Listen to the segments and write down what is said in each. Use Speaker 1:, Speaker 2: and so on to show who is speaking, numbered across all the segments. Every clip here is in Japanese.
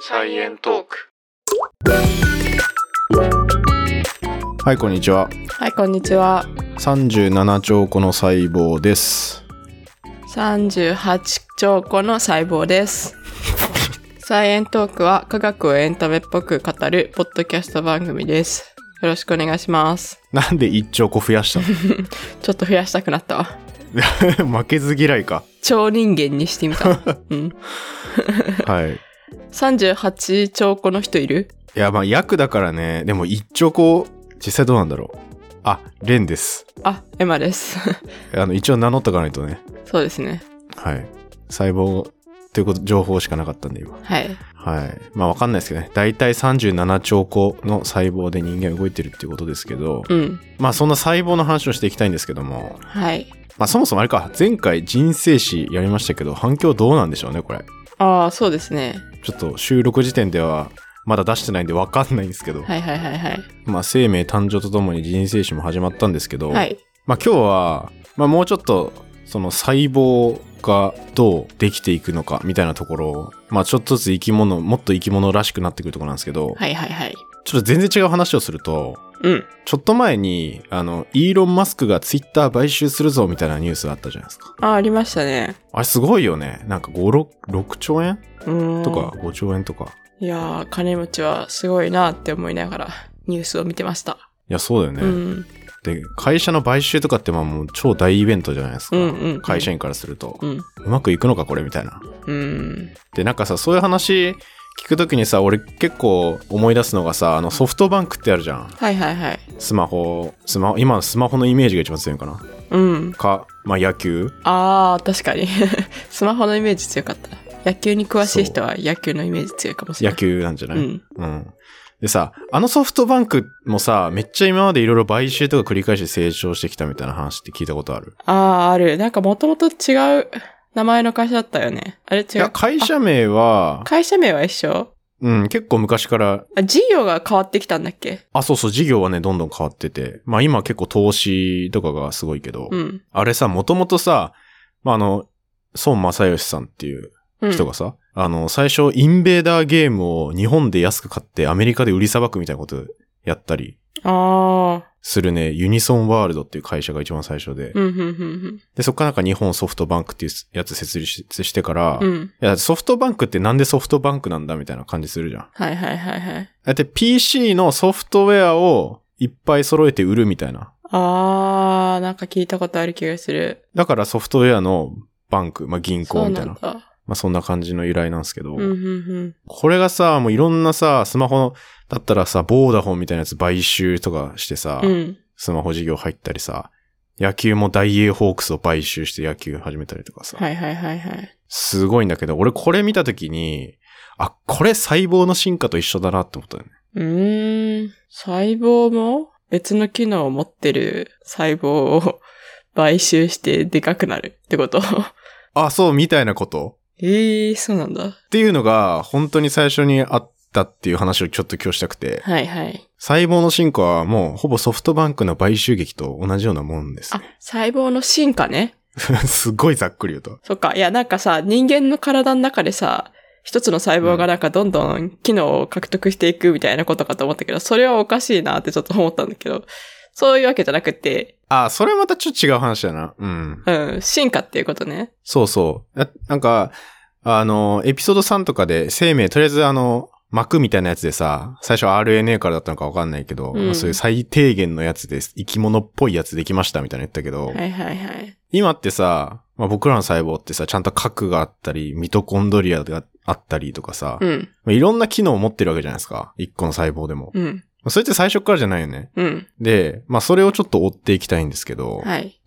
Speaker 1: サイエントーク。
Speaker 2: はい、こんにちは。
Speaker 1: はい、こんにちは。
Speaker 2: 37兆個の細胞です。
Speaker 1: 38兆個の細胞です。サイエントークは科学をエンタメっぽく語るポッドキャスト番組です。よろしくお願いします。
Speaker 2: なんで1兆個増やした
Speaker 1: ちょっと増やしたくなったわ。
Speaker 2: の負けず嫌いか。
Speaker 1: 超人間にして みた。うん。
Speaker 2: はい。い
Speaker 1: 38兆個の人いる
Speaker 2: や、まあ、約だからね。でも1兆個、実際どうなんだろう。あ、レンです。
Speaker 1: あ、エマです。
Speaker 2: あの、一応名乗っとかないとね。
Speaker 1: そうですね。
Speaker 2: はい。細胞ということ、情報しかなかったんで、今。
Speaker 1: はい。
Speaker 2: はい。まあ、わかんないですけどね。だいたい37兆個の細胞で人間動いてるっていうことですけど、
Speaker 1: うん。
Speaker 2: まあ、そんな細胞の話をしていきたいんですけども、
Speaker 1: はい。
Speaker 2: まあ、そもそもあれか、前回人生史やりましたけど、反響どうなんでしょうね、これ。
Speaker 1: ああ、そうですね。
Speaker 2: ちょっと収録時点ではまだ出してないんでわかんないんですけど、
Speaker 1: はいはいはいはい。
Speaker 2: まあ生命誕生とともに人生史も始まったんですけど、
Speaker 1: はい。
Speaker 2: まあ今日は、まあもうちょっとその細胞がどうできていくのかみたいなところを、まあちょっとずつ生き物、もっと生き物らしくなってくるところなんですけど、
Speaker 1: はいはいはい。
Speaker 2: ちょっと全然違う話をすると、
Speaker 1: うん。
Speaker 2: ちょっと前に、あの、イーロン・マスクがツイッター買収するぞみたいなニュースがあったじゃないですか。
Speaker 1: ああ、ありましたね。
Speaker 2: あれすごいよね。なんか5、6、6兆円
Speaker 1: うーん。
Speaker 2: とか5兆円とか。
Speaker 1: いやー、金持ちはすごいなって思いながらニュースを見てました。
Speaker 2: いや、そうだよね。
Speaker 1: うん。
Speaker 2: で会社の買収とかってまあもう超大イベントじゃないですか、
Speaker 1: うんうんうん
Speaker 2: 会社員からすると、
Speaker 1: うん。
Speaker 2: うまくいくのかこれみたいな
Speaker 1: うん。
Speaker 2: でなんかさそういう話聞くときにさ俺結構思い出すのがさあのソフトバンクってあるじゃん
Speaker 1: はいはいはい。
Speaker 2: スマホスマホ今のスマホのイメージが一番強いのかな
Speaker 1: うん。
Speaker 2: かまあ野球
Speaker 1: あー、確かに。 スマホのイメージ強かった。野球に詳しい人は野球のイメージ強いかもしれ
Speaker 2: 野
Speaker 1: ない。
Speaker 2: 球なんじゃない、
Speaker 1: うん。
Speaker 2: うんでさ、あのソフトバンクもさ、めっちゃ今までいろいろ買収とか繰り返して成長してきたみたいな話って聞いたことある
Speaker 1: あー、ある。なんかもともと違う名前の会社だったよね。あれ
Speaker 2: い
Speaker 1: 違
Speaker 2: や、
Speaker 1: う。
Speaker 2: 会社名は、
Speaker 1: 会社名は一緒
Speaker 2: うん、結構昔から
Speaker 1: あ、事業が変わってきたんだっけ
Speaker 2: あ、そうそう、事業はね、どんどん変わってて。まあ今結構投資とかがすごいけど、
Speaker 1: うん。
Speaker 2: あれさ、もともとさ、まああの、孫正義さんっていう
Speaker 1: うん、
Speaker 2: 人がさ、あの、最初、インベーダーゲームを日本で安く買ってアメリカで売りさばくみたいなことやったり
Speaker 1: あ
Speaker 2: するね、ユニソンワールドっていう会社が一番最初で、
Speaker 1: ー。うん、うん、うん、
Speaker 2: で、そっからなんか日本ソフトバンクっていうやつ設立してから、
Speaker 1: うん。う
Speaker 2: い
Speaker 1: ん。
Speaker 2: やソフトバンクってなんでソフトバンクなんだみたいな感じするじゃん。
Speaker 1: はいはいはいはい。
Speaker 2: だって PC のソフトウェアをいっぱい揃えて売るみたいな。
Speaker 1: あー、なんか聞いたことある気がする。
Speaker 2: だからソフトウェアのバンク、まあ、銀行みたいな。
Speaker 1: そうなんだ。
Speaker 2: まあ、そんな感じの由来なんですけど、
Speaker 1: うん、うん、
Speaker 2: これがさ、もういろんなさ、スマホだったらさ、ボーダフォンみたいなやつ買収とかしてさ、
Speaker 1: うん。うん。
Speaker 2: スマホ事業入ったりさ、野球もダイエーホークスを買収して野球始めたりとかさ、
Speaker 1: はいはいはいはい。
Speaker 2: すごいんだけど、俺これ見たときに、あ、これ細胞の進化と一緒だなって思ったよね。
Speaker 1: うーん。細胞も別の機能を持ってる細胞を 買収してでかくなるってこと
Speaker 2: あ、そう、みたいなこと
Speaker 1: ええー、そうなんだ。
Speaker 2: っていうのが、本当に最初にあったっていう話をちょっと今日したくて、
Speaker 1: はいはい。
Speaker 2: 細胞の進化はもうほぼソフトバンクの買収劇と同じようなもんです
Speaker 1: あ。、細胞の進化ね。
Speaker 2: すごいざっくり言うと。
Speaker 1: そっか。いや、なんかさ、人間の体の中でさ、一つの細胞がなんかどんどん機能を獲得していくみたいなことかと思ったけど、それはおかしいなってちょっと思ったんだけど、そういうわけじゃなくて、
Speaker 2: あ、それはまたちょっと違う話だな。うん。
Speaker 1: うん、進化っていうことね。
Speaker 2: そうそう。ななんか、あの、エピソード3とかで生命、とりあえずあの、膜みたいなやつでさ、最初 RNA からだったのかわかんないけど、
Speaker 1: うん
Speaker 2: そういう最低限のやつで生き物っぽいやつできましたみたいなの言ったけど、
Speaker 1: はいはいはい。
Speaker 2: 今ってさ、まあ、僕らの細胞ってさ、ちゃんと核があったり、ミトコンドリアがあったりとかさ、
Speaker 1: うん、
Speaker 2: まあいろんな機能を持ってるわけじゃないですか。一個の細胞でも。
Speaker 1: うん、
Speaker 2: まあそれって最初からじゃないよね。
Speaker 1: うん。
Speaker 2: で、まあそれをちょっと追っていきたいんですけど、
Speaker 1: はい。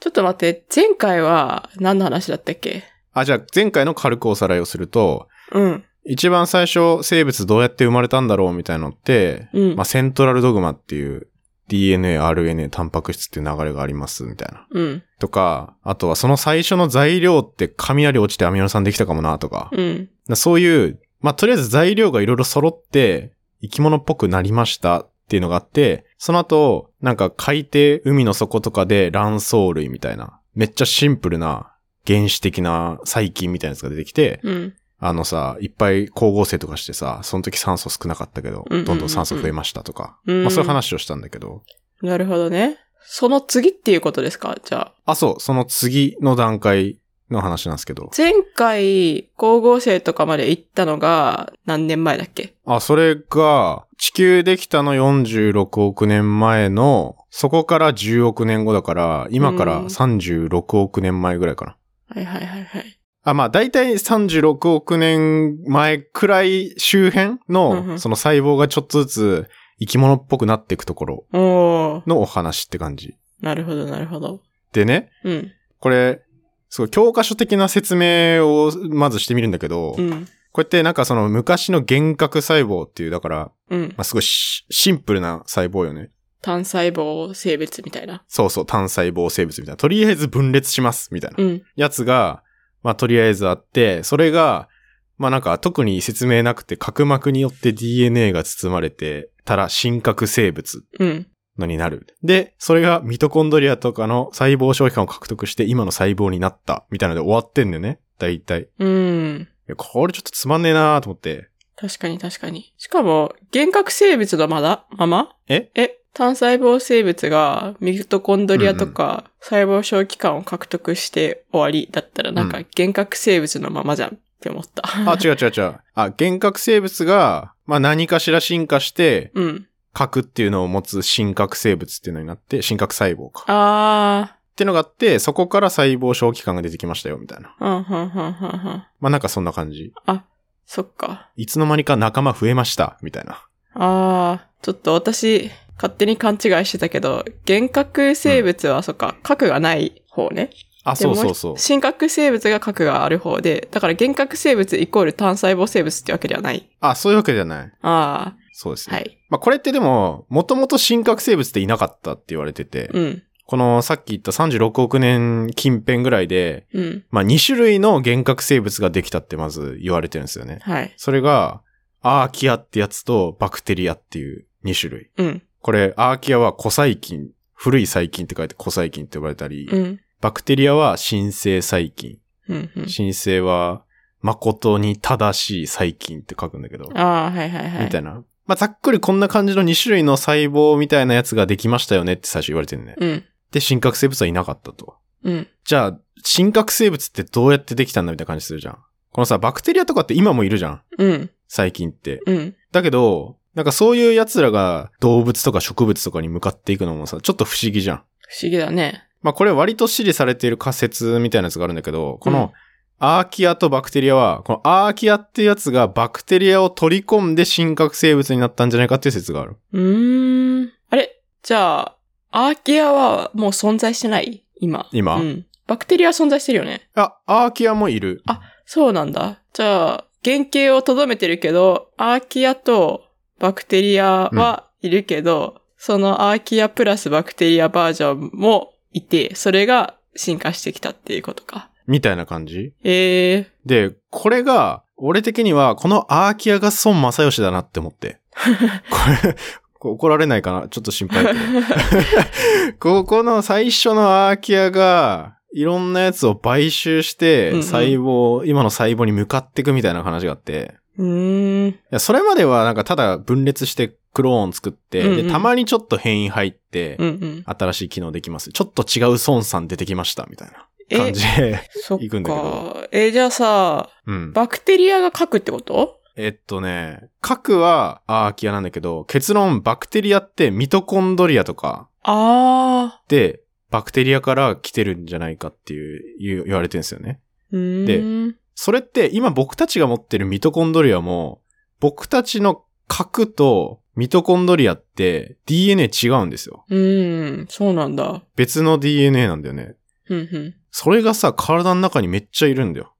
Speaker 1: ちょっと待って、前回は何の話だったっけ
Speaker 2: あ、じゃあ前回の軽くおさらいをすると、
Speaker 1: うん、
Speaker 2: 一番最初生物どうやって生まれたんだろうみたいなのって、
Speaker 1: うん
Speaker 2: まあセントラルドグマっていう DNA、RNA、タンパク質っていう流れがありますみたいな。
Speaker 1: うん、
Speaker 2: とか、あとはその最初の材料って雷落ちてアミノ酸できたかもなとか、
Speaker 1: うん、
Speaker 2: なそういう、まあとりあえず材料がいろいろ揃って生き物っぽくなりましたっていうのがあって、その後、なんか海底、海の底とかで卵巣類みたいな、めっちゃシンプルな原始的な細菌みたいなやつが出てきて、
Speaker 1: うん、
Speaker 2: あのさ、いっぱい光合成とかしてさ、その時酸素少なかったけど、
Speaker 1: うんうんうんうん
Speaker 2: どんどん酸素増えましたとか、
Speaker 1: うん
Speaker 2: まあそういう話をしたんだけど、
Speaker 1: なるほどね。その次っていうことですかじゃあ。
Speaker 2: あ、そう、その次の段階の話なんですけど、
Speaker 1: 前回、光合成とかまで行ったのが何年前だっけ
Speaker 2: あ、それが、地球できたの46億年前の、そこから10億年後だから、今から
Speaker 1: うん
Speaker 2: 36億年前ぐらいかな。
Speaker 1: はいはいはいはい。
Speaker 2: あ、まあ、大体36億年前くらい周辺
Speaker 1: うんう
Speaker 2: の、
Speaker 1: ん
Speaker 2: その細胞がちょっとずつ生き物っぽくなっていくところ
Speaker 1: おー。
Speaker 2: のお話って感じ。
Speaker 1: なるほどなるほど。
Speaker 2: でね、
Speaker 1: うん。
Speaker 2: これ、すごい教科書的な説明をまずしてみるんだけど、
Speaker 1: うん。
Speaker 2: こうやってなんかその昔の幻覚細胞っていう、だから、
Speaker 1: うん
Speaker 2: ま。あ、すごいシシンプルな細胞よね。
Speaker 1: 単細胞性別みたいな。
Speaker 2: そうそう、単細胞生物みたいな。とりあえず分裂します、みたいな。
Speaker 1: うん。
Speaker 2: やつが、まあ、とりあえずあって、それが、まあ、なんか特に説明なくて、角膜によって DNA が包まれてたら、真核生物
Speaker 1: うん。
Speaker 2: のになる。で、それがミトコンドリアとかの細胞消費感を獲得して、今の細胞になった、みたいなので終わってんだよね。大体。い
Speaker 1: うん。
Speaker 2: やこれちょっとつまんねえなーと思って。
Speaker 1: 確かに確かに。しかも、幻覚生物のまだ、まま
Speaker 2: え
Speaker 1: え、単細胞生物がミトコンドリアとか細胞小器官を獲得して終わりだったらなんか
Speaker 2: う
Speaker 1: 幻覚生物のままじゃんって思った。
Speaker 2: あ、違う違う違う。あ、幻覚生物が、まあ、何かしら進化して、
Speaker 1: うん。
Speaker 2: 核っていうのを持つ真核生物っていうのになって、真核細胞か。
Speaker 1: あ
Speaker 2: ってのがあって、そこから細胞小器官が出てきましたよ、みたいな。
Speaker 1: ー、うん、うん、うん、うん、うん。
Speaker 2: まあなんかそんな感じ。
Speaker 1: そっか。
Speaker 2: いつの間にか仲間増えました、みたいな。
Speaker 1: あー、ちょっと私、勝手に勘違いしてたけど、幻覚生物は、そっか、核がない方ね。
Speaker 2: あ、
Speaker 1: で
Speaker 2: そ
Speaker 1: も
Speaker 2: うそうそう。
Speaker 1: 真核生物が核がある方で、だから幻覚生物イコール単細胞生物ってわけではない。
Speaker 2: あ、そういうわけじゃない。
Speaker 1: あ
Speaker 2: そうです
Speaker 1: あ、
Speaker 2: ね。
Speaker 1: はい。
Speaker 2: まあこれってでも、もともと真核生物っていなかったって言われてて、
Speaker 1: うん、
Speaker 2: このさっき言った36億年近辺ぐらいで、
Speaker 1: うん、
Speaker 2: まあ2種類の幻覚生物ができたってまず言われてるんですよね。
Speaker 1: はい。
Speaker 2: それが、アーキアってやつとバクテリアっていう2種類。
Speaker 1: うん、
Speaker 2: これ、アーキアは古細菌、古い細菌って書いて古細菌って呼ばれたり、
Speaker 1: うん、
Speaker 2: バクテリアは新生細菌。
Speaker 1: うん、うん。
Speaker 2: 新生は、誠に正しい細菌って書くんだけど、
Speaker 1: ああ、はいはいはい。
Speaker 2: みたいな。まあ、ざっくりこんな感じの2種類の細胞みたいなやつができましたよねって最初言われてるね。
Speaker 1: うん、
Speaker 2: で、真核生物はいなかったと。
Speaker 1: うん、
Speaker 2: じゃあ、真核生物ってどうやってできたんだみたいな感じするじゃん。このさ、バクテリアとかって今もいるじゃん。
Speaker 1: うん、
Speaker 2: 細菌って。
Speaker 1: うん。
Speaker 2: だけど、なんかそういう奴らが動物とか植物とかに向かっていくのもさ、ちょっと不思議じゃん。
Speaker 1: 不思議だね。
Speaker 2: まあこれ割と支持されている仮説みたいなやつがあるんだけど、こ
Speaker 1: うん
Speaker 2: のアーキアとバクテリアは、このアーキアってやつがバクテリアを取り込んで真核生物になったんじゃないかっていう説がある。
Speaker 1: うーん。あれじゃあ、アーキアはもう存在してない今。
Speaker 2: 今
Speaker 1: うん。バクテリアは存在してるよね。
Speaker 2: あ、アーキアもいる。
Speaker 1: そうなんだ。じゃあ、原型をとどめてるけど、アーキアとバクテリアはいるけど、そのアーキアプラスバクテリアバージョンもいて、それが進化してきたっていうことか。
Speaker 2: みたいな感じ。
Speaker 1: ええ
Speaker 2: で、これが、俺的には、このアーキアが孫正義だなって思 って。これ、こ怒られないかなちょっと心配だけど。 ここの最初のアーキアが、いろんなやつを買収し
Speaker 1: うんう
Speaker 2: て、
Speaker 1: ん
Speaker 2: 細胞、今の細胞に向かっていくみたいな話があって、
Speaker 1: ー。うーん。
Speaker 2: いやそれまではなんかただ分裂してクローン作って、
Speaker 1: うんうん
Speaker 2: でたまにちょっと変異入って、
Speaker 1: うんうん。
Speaker 2: 新しい機能できます。ちょっと違う孫さん出てきました、みたいな
Speaker 1: え
Speaker 2: 感、じで。
Speaker 1: そっ
Speaker 2: 行くんだけ
Speaker 1: か。え、じゃあさ、
Speaker 2: うん。
Speaker 1: バクテリアが核ってこと
Speaker 2: えっとね、核はアーキアなんだけど、結論バクテリアってミトコンドリアとか
Speaker 1: ああ。
Speaker 2: で、バクテリアから来てるんじゃないかっていう、言う言われてるんですよね。
Speaker 1: うーん。
Speaker 2: それって今僕たちが持ってるミトコンドリアも、僕たちの核とミトコンドリアって DNA 違うんですよ。
Speaker 1: うーん。そうなんだ。
Speaker 2: 別の DNA なんだよね。
Speaker 1: うんうん。
Speaker 2: それがさ、体の中にめっちゃいるんだよ。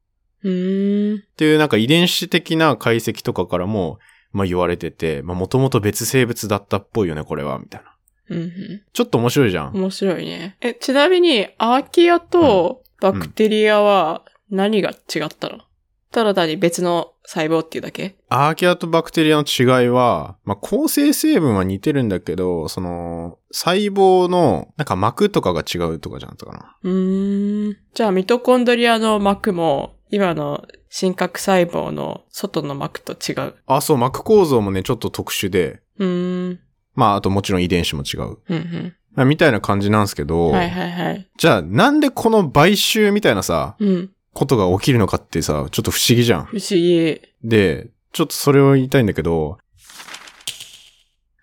Speaker 1: うー
Speaker 2: っ
Speaker 1: ん。
Speaker 2: ていうなんか遺伝子的な解析とかからも、まあ言われてて、まあもともと別生物だったっぽいよね、これは、みたいな。
Speaker 1: うんうん。
Speaker 2: ちょっと面白いじゃん。
Speaker 1: 面白いね。え、ちなみに、アーキアとバクテリアは何が違ったの、ただ単に別の細胞っていうだけ
Speaker 2: アーキアとバクテリアの違いは、まあ、構成成分は似てるんだけど、その、細胞の、なんか膜とかが違うとかじゃなかったかな。
Speaker 1: うーん。じゃあ、ミトコンドリアの膜も、今の真核細胞の外の膜と違う。
Speaker 2: あ、そう、膜構造もね、ちょっと特殊で、
Speaker 1: うーん。
Speaker 2: まあ、あともちろん遺伝子も違う。
Speaker 1: うん
Speaker 2: まあみたいな感じなんですけ
Speaker 1: う
Speaker 2: ど、
Speaker 1: ん。はいはいはい。
Speaker 2: じゃあ、なんでこの買収みたいなさ、
Speaker 1: うん。
Speaker 2: ことが起きるのかってさ、ちょっと不思議じゃん。
Speaker 1: 不思議。
Speaker 2: で、ちょっとそれを言いたいんだけど、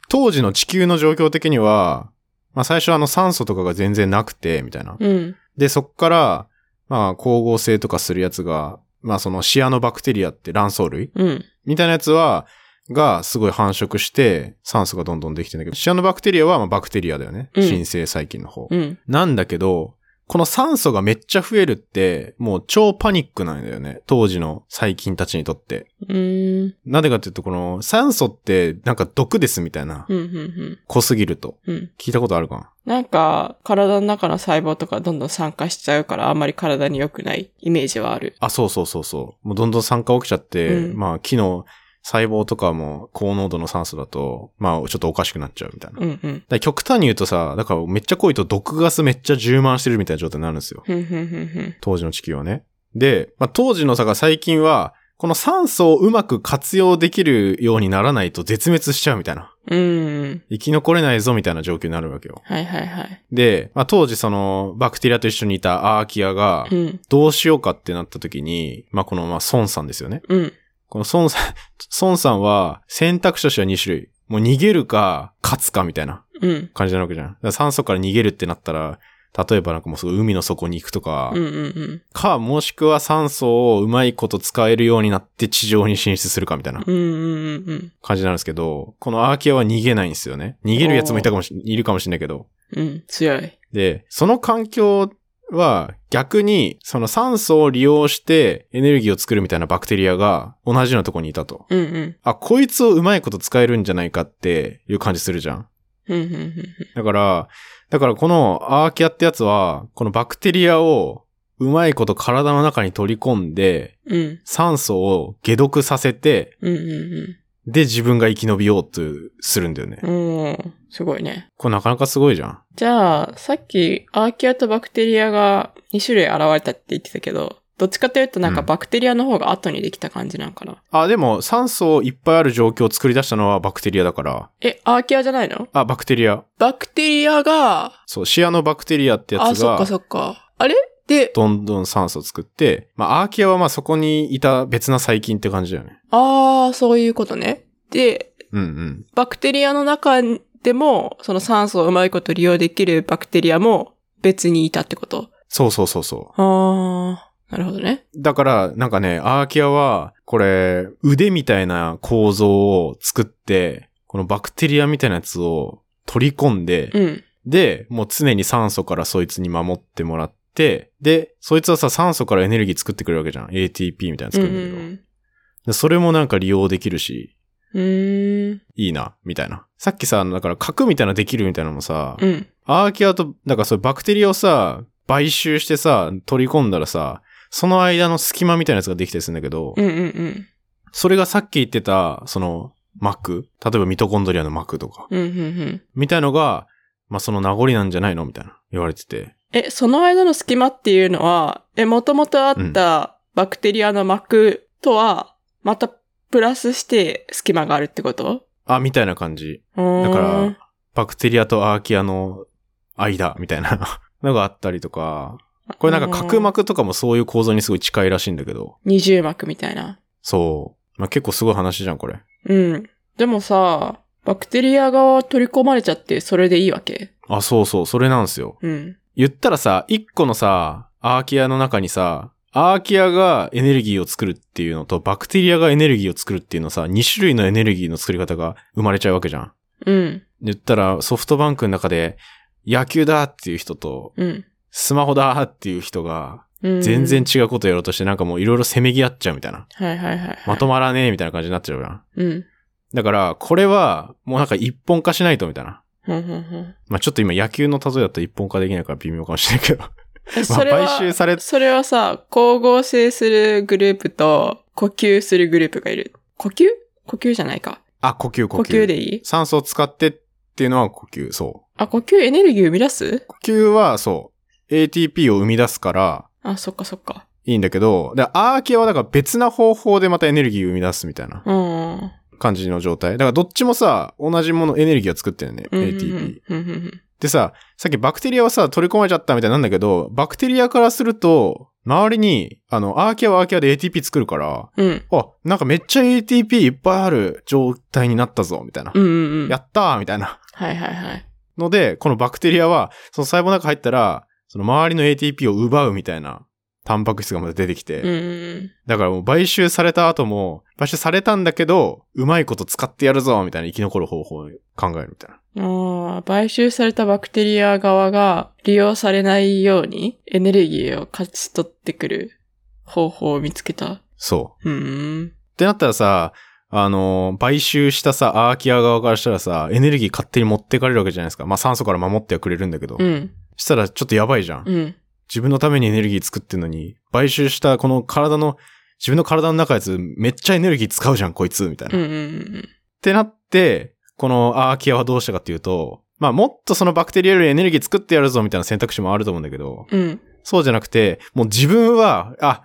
Speaker 2: 当時の地球の状況的には、まあ最初あの酸素とかが全然なくて、みたいな。
Speaker 1: うん。
Speaker 2: で、そっから、まあ光合成とかするやつが、まあそのシアノバクテリアって卵巣類
Speaker 1: うん。
Speaker 2: みたいなやつは、がすごい繁殖して酸素がどんどんできてんだけど、シアノバクテリアはまあバクテリアだよね。
Speaker 1: うん
Speaker 2: 新生細菌の方。
Speaker 1: うん。
Speaker 2: なんだけど、この酸素がめっちゃ増えるって、もう超パニックなんだよね。当時の細菌たちにとって。
Speaker 1: うーん。
Speaker 2: なぜかっていうと、この酸素ってなんか毒ですみたいな
Speaker 1: う。ん。うん。
Speaker 2: 濃すぎると。
Speaker 1: うん。うん。
Speaker 2: 聞いたことあるかな
Speaker 1: なんか、体の中の細胞とかどんどん酸化しちゃうから、あんまり体に良くないイメージはある。
Speaker 2: あ、そうそうそうそう。もうどんどん酸化起きちゃって、
Speaker 1: うん
Speaker 2: まあ木の細胞とかも高濃度の酸素だと、まあちょっとおかしくなっちゃうみたいな。だか
Speaker 1: うんうん。
Speaker 2: ら極端に言うとさ、だからめっちゃ濃いと毒ガスめっちゃ充満してるみたいな状態になるんですよ。
Speaker 1: ふんふんふんふん。
Speaker 2: 当時の地球はね。で、まあ当時のさが最近は、この酸素をうまく活用できるようにならないと絶滅しちゃうみたいな。
Speaker 1: うん。
Speaker 2: 生き残れないぞみたいな状況になるわけよ。
Speaker 1: はいはいはい。
Speaker 2: で、まあ、当時そのバクテリアと一緒にいたアーキアが
Speaker 1: う、ん。
Speaker 2: どうしようかってなった時に、まあ、この、まあ、孫さんですよね。
Speaker 1: うん。
Speaker 2: この孫さん、 孫さんは選択肢としては2種類。もう逃げるか、勝つかみたいな
Speaker 1: うん。
Speaker 2: 感じなわけじゃん。だから酸素から逃げるってなったら、例えばなんかもうすごい海の底に行くとか、
Speaker 1: うんうん
Speaker 2: か、もしくは酸素をうまいこと使えるようになって地上に進出するかみたいな
Speaker 1: うん。うんうんうん
Speaker 2: 感じなんですけど、このアーキアは逃げないんですよね。逃げるやつもいたかもし、いるかもしれないけど、
Speaker 1: うん。うん。強い。
Speaker 2: で、その環境は逆にその酸素を利用してエネルギーを作るみたいなバクテリアが同じようなとこにいたと。
Speaker 1: うんうん。
Speaker 2: あ、こいつをうまいこと使えるんじゃないかっていう感じするじゃん。
Speaker 1: うんうんうん
Speaker 2: だから、だからこのアーキアってやつは、このバクテリアをうまいこと体の中に取り込んで、
Speaker 1: うん。うん。
Speaker 2: 酸素を解毒させて、
Speaker 1: うんうん
Speaker 2: で自分が生き延びようとするんだよね。
Speaker 1: うん。うん。すごいね。
Speaker 2: これなかなかすごいじゃん。
Speaker 1: じゃあ、さっき、アーキアとバクテリアが2種類現れたって言ってたけど、どっちかというとなんか
Speaker 2: うん
Speaker 1: バクテリアの方が後にできた感じなんかな。
Speaker 2: あ、でも酸素をいっぱいある状況を作り出したのはバクテリアだから、
Speaker 1: え、アーキアじゃないの
Speaker 2: あ、バクテリア。
Speaker 1: バクテリアが、
Speaker 2: そう、シアノバクテリアってや
Speaker 1: あ、
Speaker 2: つ
Speaker 1: そっ
Speaker 2: が
Speaker 1: か、そっか。あれで、
Speaker 2: どんどん酸素を作って、まあ、アーキアはまあそこにいた別な細菌って感じだよね。
Speaker 1: あー、そういうことね。で、
Speaker 2: うんうん。
Speaker 1: バクテリアの中でも、その酸素をうまいこと利用できるバクテリアも別にいたってこと。
Speaker 2: そうそうそうそ
Speaker 1: あー、なるほどね。
Speaker 2: う。だから、なんかね、アーキアは、これ、腕みたいな構造を作って、このバクテリアみたいなやつを取り込んで、
Speaker 1: うん。
Speaker 2: で、もう常に酸素からそいつに守ってもらって、で、そいつはさ、酸素からエネルギー作ってくれるわけじゃん。ATP みたいなの作
Speaker 1: うん
Speaker 2: るんだけど。でそれもなんか利用できるし、
Speaker 1: うんうん。うーん。
Speaker 2: いいな、みたいな。さっきさ、だから核みたいなのできるみたいなのもさ、
Speaker 1: うん。
Speaker 2: アーキアと、だからそういうバクテリアをさ、買収してさ、取り込んだらさ、その間の隙間みたいなやつができたりするんだけど、
Speaker 1: うんうんうん。
Speaker 2: それがさっき言ってた、その、膜例えばミトコンドリアの膜とか、
Speaker 1: うんうんうん。
Speaker 2: みたいのが、まあ、その名残なんじゃないのみたいな、言われてて。
Speaker 1: え、その間の隙間っていうのは、え、もともとあったバクテリアの膜とは、またプラスして隙間があるってこと
Speaker 2: あ、みたいな感じ。
Speaker 1: だ
Speaker 2: だから、バクテリアとアーキアの間、みたいな のがあったりとか、これなんか角。膜とかもそういう構造にすごい近いらしいんだけど、
Speaker 1: 二重膜みたいな。
Speaker 2: そう。まあ、結構すごい話じゃん、これ。
Speaker 1: うん。でもさ、バクテリアが取り込まれちゃって、それでいいわけ
Speaker 2: あ、そうそう、それなんですよ。
Speaker 1: うん。
Speaker 2: 言ったらさ、一個のさ、アーキアの中にさ、アーキアがエネルギーを作るっていうのと、バクテリアがエネルギーを作るっていうのさ、2種類のエネルギーの作り方が生まれちゃうわけじゃん。
Speaker 1: うん。
Speaker 2: 言ったら、ソフトバンクの中で、野球だっていう人と、
Speaker 1: うん。
Speaker 2: スマホだっていう人が、
Speaker 1: うん、
Speaker 2: 全然。違うことやろうとして、なんかもういろいろせめぎ合っちゃうみたいな。
Speaker 1: はいはいはい。
Speaker 2: まとまらねえみたいな感じになっちゃうじゃん。
Speaker 1: うん。
Speaker 2: だから、これは、もうなんか一本化しないとみたいな。
Speaker 1: ふんふんふん
Speaker 2: まあちょっと今野球の例えだと一本化できないから微妙かもしれないけど。
Speaker 1: えそれは、
Speaker 2: 買収され
Speaker 1: それはさ、光合成するグループと、呼吸するグループがいる。呼吸呼吸じゃないか。
Speaker 2: あ、呼吸、呼吸。
Speaker 1: 呼吸でいい
Speaker 2: 酸素を使ってっていうのは呼吸、そう。
Speaker 1: あ、呼吸エネルギー生み出す
Speaker 2: 呼吸は、そう。ATP を生み出すから、
Speaker 1: あ、そっかそっか。
Speaker 2: いいんだけど、で、アーキアはだから別な方法でまたエネルギーを生み出すみたいな
Speaker 1: うん。
Speaker 2: 感じの状態。だからどっちもさ、同じものエネルギーを作ってるね、
Speaker 1: うん
Speaker 2: ATP。。
Speaker 1: うんうん
Speaker 2: でさ、さっきバクテリアはさ、取り込まれちゃったみたいなんだけど、バクテリアからすると、周りに、あの、アーキアはアーキアで ATP 作るから、
Speaker 1: うん。
Speaker 2: あ、なんかめっちゃ ATP いっぱいある状態になったぞ、みたいな。
Speaker 1: うんうんうん。
Speaker 2: やったーみたいな。
Speaker 1: はいはいはい。
Speaker 2: ので、このバクテリアは、その細胞の中入ったら、その周りの ATP を奪うみたいな、タンパク質がまた出てきて、
Speaker 1: うんうん
Speaker 2: だからもう買収された後も、買収されたんだけど、うまいこと使ってやるぞ、みたいな生き残る方法を考えるみたいな。
Speaker 1: うん。ああ、買収されたバクテリア側が利用されないようにエネルギーを勝ち取ってくる方法を見つけた。
Speaker 2: そう。
Speaker 1: うん。
Speaker 2: ってなったらさ、あのー、買収したさ、アーキア側からしたらさ、エネルギー勝手に持ってかれるわけじゃないですか。まあ酸素から守ってはくれるんだけど。
Speaker 1: うん。
Speaker 2: したらちょっとやばいじゃん。
Speaker 1: うん。
Speaker 2: 自分のためにエネルギー作ってんのに、買収したこの体の、自分の体の中のやつ、めっちゃエネルギー使うじゃん、こいつ、みたいな。
Speaker 1: うん
Speaker 2: っ
Speaker 1: うんうん。
Speaker 2: てなって、このアーキアはどうしたかっていうと、まあもっとそのバクテリアよりエネルギー作ってやるぞみたいな選択肢もあると思うんだけど、
Speaker 1: うん。
Speaker 2: そうじゃなくて、もう自分は、あ、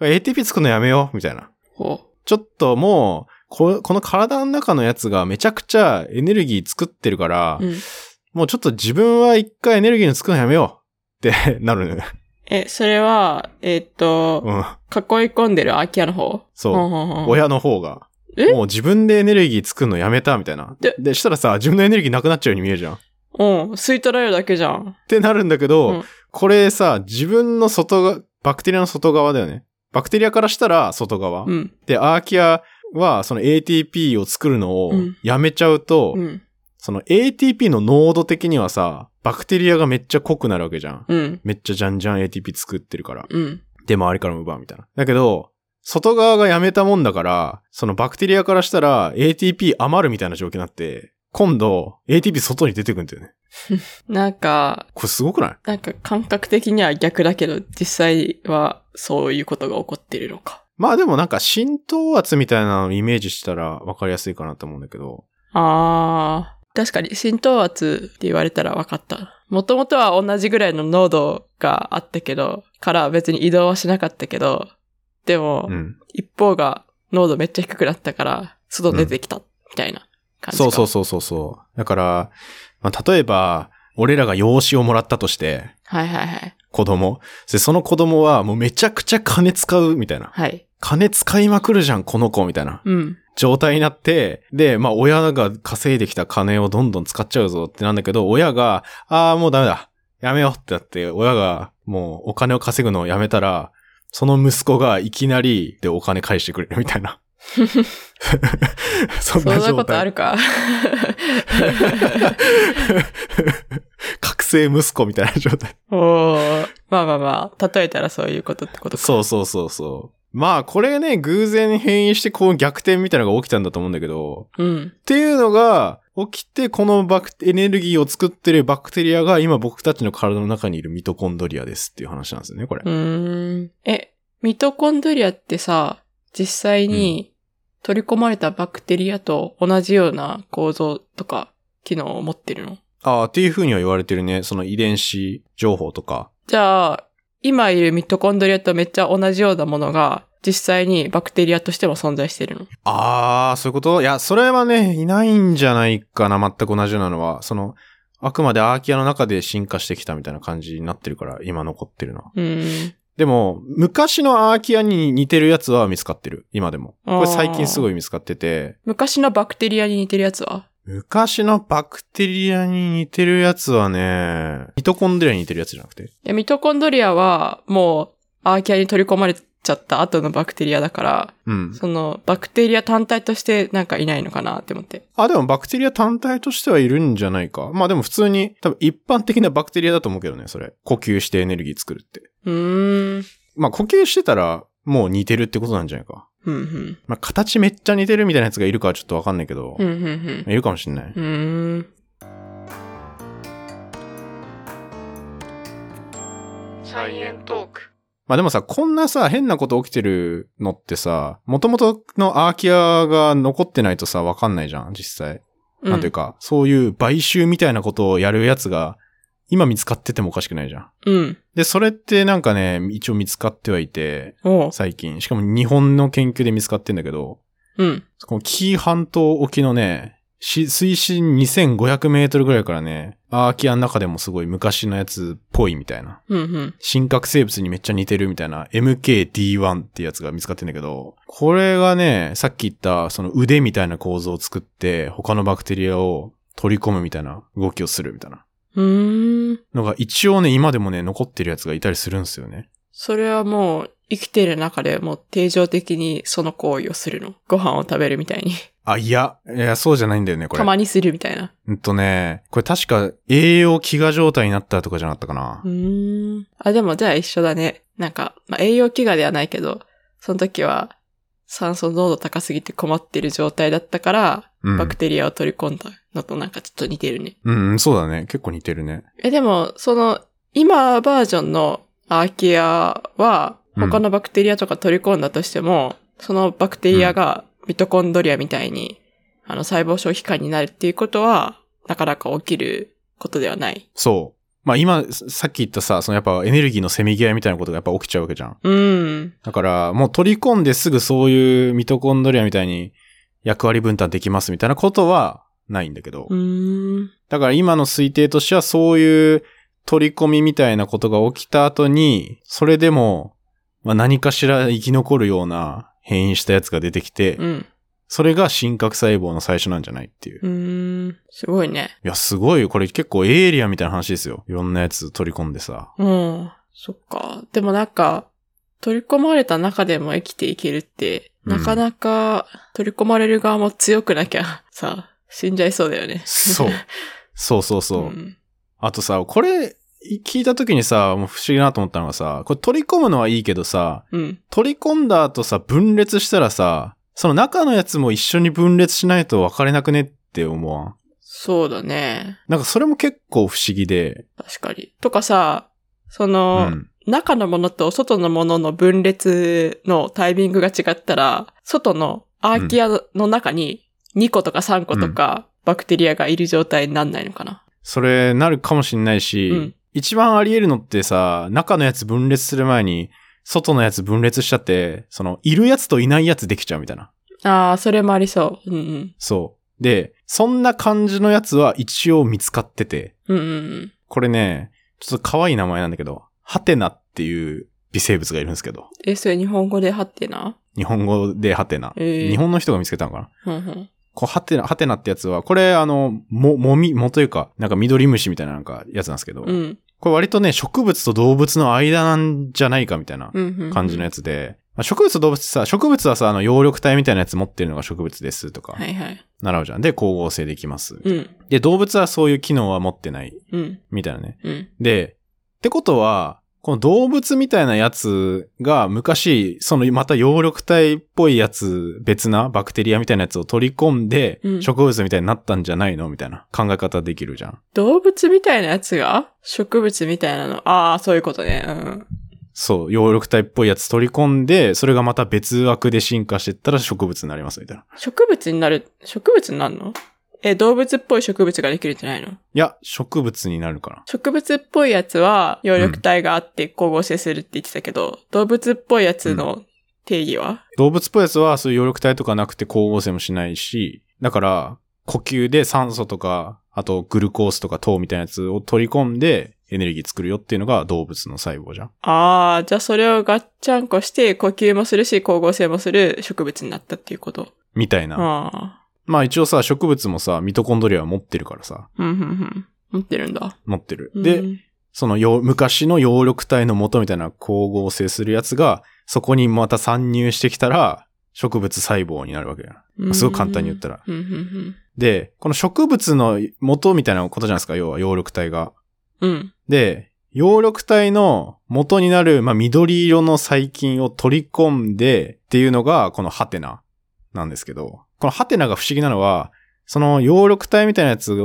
Speaker 2: ATP 作るのやめよう、みたいな。
Speaker 1: ほ
Speaker 2: ちょっともう、ここの体の中のやつがめちゃくちゃエネルギー作ってるから、
Speaker 1: う。うん。
Speaker 2: もうちょっと自分は一回エネルギーの作るのやめようって なるね。
Speaker 1: え、それは、えっ
Speaker 2: う
Speaker 1: と、
Speaker 2: ん。
Speaker 1: 囲い込んでるアキアの方
Speaker 2: そう。
Speaker 1: ほんほんほん
Speaker 2: 親の方が。
Speaker 1: え
Speaker 2: もう自分でエネルギー作るのやめたみたいな。
Speaker 1: で
Speaker 2: で、したらさ、自分のエネルギーなくなっちゃうように見えるじゃん。っ
Speaker 1: うん。吸い取られるだけじゃん。
Speaker 2: てなるんだけど、
Speaker 1: うん
Speaker 2: これさ、自分の外側、バクテリアの外側だよね。バクテリアからしたら外側。
Speaker 1: うん。
Speaker 2: で、アーキアはその ATP を作るのを
Speaker 1: うん
Speaker 2: やめちゃうと、
Speaker 1: うん。
Speaker 2: その ATP の濃度的にはさ、バクテリアがめっちゃ濃くなるわけじゃん。
Speaker 1: うん。
Speaker 2: めっちゃじゃんじゃん ATP 作ってるから。
Speaker 1: うん。
Speaker 2: で、周りからも奪うみたいな。だけど、外側がやめたもんだから、そのバクテリアからしたら ATP 余るみたいな状況になって、今度 ATP 外に出てくんだよね。
Speaker 1: なんか、
Speaker 2: これすごくない
Speaker 1: なんか感覚的には逆だけど、実際はそういうことが起こってるのか。
Speaker 2: まあでもなんか浸透圧みたいなのをイメージしたら分かりやすいかなと思うんだけど。
Speaker 1: あー。確かに浸透圧って言われたら分かった。もともとは同じぐらいの濃度があったけど、から別に移動はしなかったけど、でも、
Speaker 2: うん。
Speaker 1: 一方が濃度めっちゃ低くなったから、外出てきた、みたいな感じか。
Speaker 2: そうそうそうそうそう。だから、まあ、例えば、俺らが養子をもらったとして、
Speaker 1: はいはいはい。
Speaker 2: 子供。で、その子供はもうめちゃくちゃ金使うみたいな。
Speaker 1: はい。
Speaker 2: 金使いまくるじゃん、この子みたいな。
Speaker 1: うん。
Speaker 2: 状態になって、で、まあ親が稼いできた金をどんどん使っちゃうぞってなんだけど、親が、ああ、もうダメだ。やめようってなって、親がもうお金を稼ぐのをやめたら、その息子がいきなりでお金返してくれるみたい な。そん
Speaker 1: そん
Speaker 2: な
Speaker 1: な
Speaker 2: 状
Speaker 1: ことあ
Speaker 2: 態。
Speaker 1: るか。
Speaker 2: 覚醒息子みたいな状態。
Speaker 1: おー。まあまあまあ、例えたらそういうことってことか。
Speaker 2: そうそうそうそう。まあこれね、偶然変異してこう逆転みたいなのが起きたんだと思うんだけど、
Speaker 1: うん。
Speaker 2: っていうのが起きて、このバクテエネルギーを作ってるバクテリアが今僕たちの体の中にいるミトコンドリアですっていう話なんですよね、これ
Speaker 1: う。ーん。え、ミトコンドリアってさ、実際に取り込まれたバクテリアと同じような構造とか機能を持ってるの
Speaker 2: ああ、っていう風には言われてるね。その遺伝子情報とか。
Speaker 1: じゃあ、今いるミトコンドリアとめっちゃ同じようなものが、実際にバクテリアとしても存在してるの
Speaker 2: ああ、そういうこといや、それはね、いないんじゃないかな、全く同じようなのは。その、あくまでアーキアの中で進化してきたみたいな感じになってるから、今残ってるのは。
Speaker 1: うーん。
Speaker 2: でも、昔のアーキアに似てるやつは見つかってる。今でも。これ最近すごい見つかってて。
Speaker 1: 昔のバクテリアに似てるやつは
Speaker 2: 昔のバクテリアに似てるやつはね、ミトコンドリアに似てるやつじゃなくて。
Speaker 1: いや、ミトコンドリアは、もう、アーキアに取り込まれちゃった後のバクテリアだから、
Speaker 2: うん。
Speaker 1: その、バクテリア単体としてなんかいないのかなって思って。
Speaker 2: あ、でもバクテリア単体としてはいるんじゃないか。まあでも普通に、多分一般的なバクテリアだと思うけどね、それ。呼吸してエネルギー作るって。
Speaker 1: うーん。
Speaker 2: まあ呼吸してたら、もう似てるってことなんじゃないか。
Speaker 1: ふんふん。
Speaker 2: まあ形めっちゃ似てるみたいなやつがいるかはちょっとわかんないけど、
Speaker 1: ふんふんふん。
Speaker 2: いるかもしんない。
Speaker 1: うーん。サイエントーク。
Speaker 2: まあでもさ、こんなさ、変なこと起きてるのってさ、元々のアーキアが残ってないとさ、わかんないじゃん、実際。なんていうか、そういう買収みたいなことをやるやつが、今見つかっててもおかしくないじゃん。
Speaker 1: うん。
Speaker 2: で、それってなんかね、一応見つかってはいて、
Speaker 1: おう。
Speaker 2: 最近。しかも日本の研究で見つかってんだけど、
Speaker 1: うん。
Speaker 2: この紀伊半島沖のね、し水深2500メートルぐらいからね、アーキアの中でもすごい昔のやつっぽいみたいな。
Speaker 1: うんうん。
Speaker 2: 深核生物にめっちゃ似てるみたいな MKD1 ってやつが見つかってんだけど、これがね、さっき言ったその腕みたいな構造を作って他のバクテリアを取り込むみたいな動きをするみたいな
Speaker 1: うーん。
Speaker 2: のが一応ね、今でもね、残ってるやつがいたりするんですよね。
Speaker 1: それはもう、生きてる中でもう定常的にその行為をするの。ご飯を食べるみたいに。
Speaker 2: あ、いや、いや、そうじゃないんだよね、これ。
Speaker 1: たまにするみたいな。
Speaker 2: うんとね、これ確か栄養飢餓状態になったとかじゃなかったかな
Speaker 1: う。ーん。あ、でもじゃあ一緒だね。なんか、まあ、栄養飢餓ではないけど、その時は酸素濃度高すぎて困ってる状態だったから、
Speaker 2: うん
Speaker 1: バクテリアを取り込んだのとなんかちょっと似てるね。
Speaker 2: うん、うんそうだね。結構似てるね。
Speaker 1: え、でも、その、今バージョンのアーキアは、
Speaker 2: うん
Speaker 1: 他のバクテリアとか取り込んだとしても、そのバクテリアがミトコンドリアみたいに、あの、細胞消費感になるっていうことは、なかなか起きることではない。
Speaker 2: そう。まあ今、ささっき言ったさ、そのやっぱエネルギーのせめぎ合いみたいなことがやっぱ起きちゃうわけじゃん。
Speaker 1: うん。
Speaker 2: だから、もう取り込んですぐそういうミトコンドリアみたいに役割分担できますみたいなことはないんだけど。
Speaker 1: うーん。
Speaker 2: だから今の推定としてはそういう取り込みみたいなことが起きた後に、それでも、まあ、何かしら生き残るような変異したやつが出てきて、
Speaker 1: うん。
Speaker 2: それが真核細胞の最初なんじゃないっていう。
Speaker 1: うーん。すごいね。
Speaker 2: いや、すごいよ。これ結構エイリアンみたいな話ですよ。いろんなやつ取り込んでさ。
Speaker 1: うん。そっか。でもなんか、取り込まれた中でも生きていけるって、
Speaker 2: うん
Speaker 1: なかなか取り込まれる側も強くなきゃ、 さ、死んじゃいそうだよね。
Speaker 2: そう。そうそうそう。
Speaker 1: ん
Speaker 2: あとさ、これ、い聞いた時にさ、もう不思議だなと思ったのがさ、これ取り込むのはいいけどさ、
Speaker 1: うん。
Speaker 2: 取り込んだ後さ、分裂したらさ、その中のやつも一緒に分裂しないと分かれなくねって思わん。
Speaker 1: そうだね。
Speaker 2: なんかそれも結構不思議で。
Speaker 1: 確かに。とかさ、そうの、
Speaker 2: ん。
Speaker 1: 中のものと外のものの分裂のタイミングが違ったら、外のアーキアの中に2個とか3個とかバクテリアがいる状態になんないのかな。
Speaker 2: それなるかもしんないし、
Speaker 1: うん
Speaker 2: 一番あり得るのってさ、中のやつ分裂する前に、外のやつ分裂しちゃって、その、いるやつといないやつできちゃうみたいな。
Speaker 1: ああ、それもありそう。うんうん。
Speaker 2: そう。で、そんな感じのやつは一応見つかってて、
Speaker 1: うんうんうん。
Speaker 2: これね、ちょっと可愛い名前なんだけど、ハテナっていう微生物がいるんですけど、
Speaker 1: え、それ日本語でハってな
Speaker 2: 日本語でハテナ。
Speaker 1: えー
Speaker 2: 日本の人が見つけたのかな
Speaker 1: うんうん。
Speaker 2: こう、ハテナ、ハテナってやつは、これ、あの、も、もみ、もというか、なんか緑虫みたいななんかやつなんですけど、
Speaker 1: うん。
Speaker 2: これ割とね、植物と動物の間なんじゃないかみたいな
Speaker 1: うんうん。
Speaker 2: 感じのやつで、まあ植物と動物ってさ、植物はさ、あの、葉緑体みたいなやつ持ってるのが植物ですとか
Speaker 1: は、いはい。
Speaker 2: 習うじゃん。で、光合成できます。
Speaker 1: うん。
Speaker 2: で、動物はそういう機能は持ってない、
Speaker 1: うん。
Speaker 2: みたいなね。
Speaker 1: うん。
Speaker 2: で、ってことは、この動物みたいなやつが昔、そのまた葉緑体っぽいやつ、別なバクテリアみたいなやつを取り込んで
Speaker 1: う、ん
Speaker 2: 植物みたいになったんじゃないのみたいな考え方できるじゃん。
Speaker 1: 動物みたいなやつが植物みたいなの。ああ、そういうことね。うん。
Speaker 2: そう、葉緑体っぽいやつ取り込んで、それがまた別枠で進化してったら植物になりますみたいな。
Speaker 1: 植物になる、植物になるのえ、動物っぽい植物ができるんじゃないの
Speaker 2: いや、植物になるか
Speaker 1: 植物っぽいやつは、葉緑体があって光合成するって言ってたけど、動物っぽいやつの定義は、
Speaker 2: な。動物っぽいやつはそういう葉緑体とかなくて光合成もしないし、だから、呼吸で酸素とか、あとグルコースとか糖みたいなやつを取り込んでエネルギー作るよっていうのが動物の細胞じゃん。
Speaker 1: ああ、じゃあそれをガッチャンコして呼吸もするし、光合成もする植物になったっていうこと。
Speaker 2: みたいな。
Speaker 1: ああ。
Speaker 2: まあ一応さ、植物もさ、ミトコンドリアは持ってるからさ、
Speaker 1: うん、うん、うん。持ってるんだ。
Speaker 2: 持ってる。
Speaker 1: うん
Speaker 2: で、そのよ昔の葉緑体の元みたいな光合成するやつが、そこにまた参入してきたら、植物細胞になるわけだ。
Speaker 1: うん
Speaker 2: すごい簡単に言ったら
Speaker 1: うん、うん、
Speaker 2: で、この植物の元みたいなことじゃないですか、要は葉緑体が。
Speaker 1: うん。うん。
Speaker 2: で、葉緑体の元になる、まあ、緑色の細菌を取り込んでっていうのが、このハテナなんですけど、このハテナが不思議なのは、その葉緑体みたいなやつ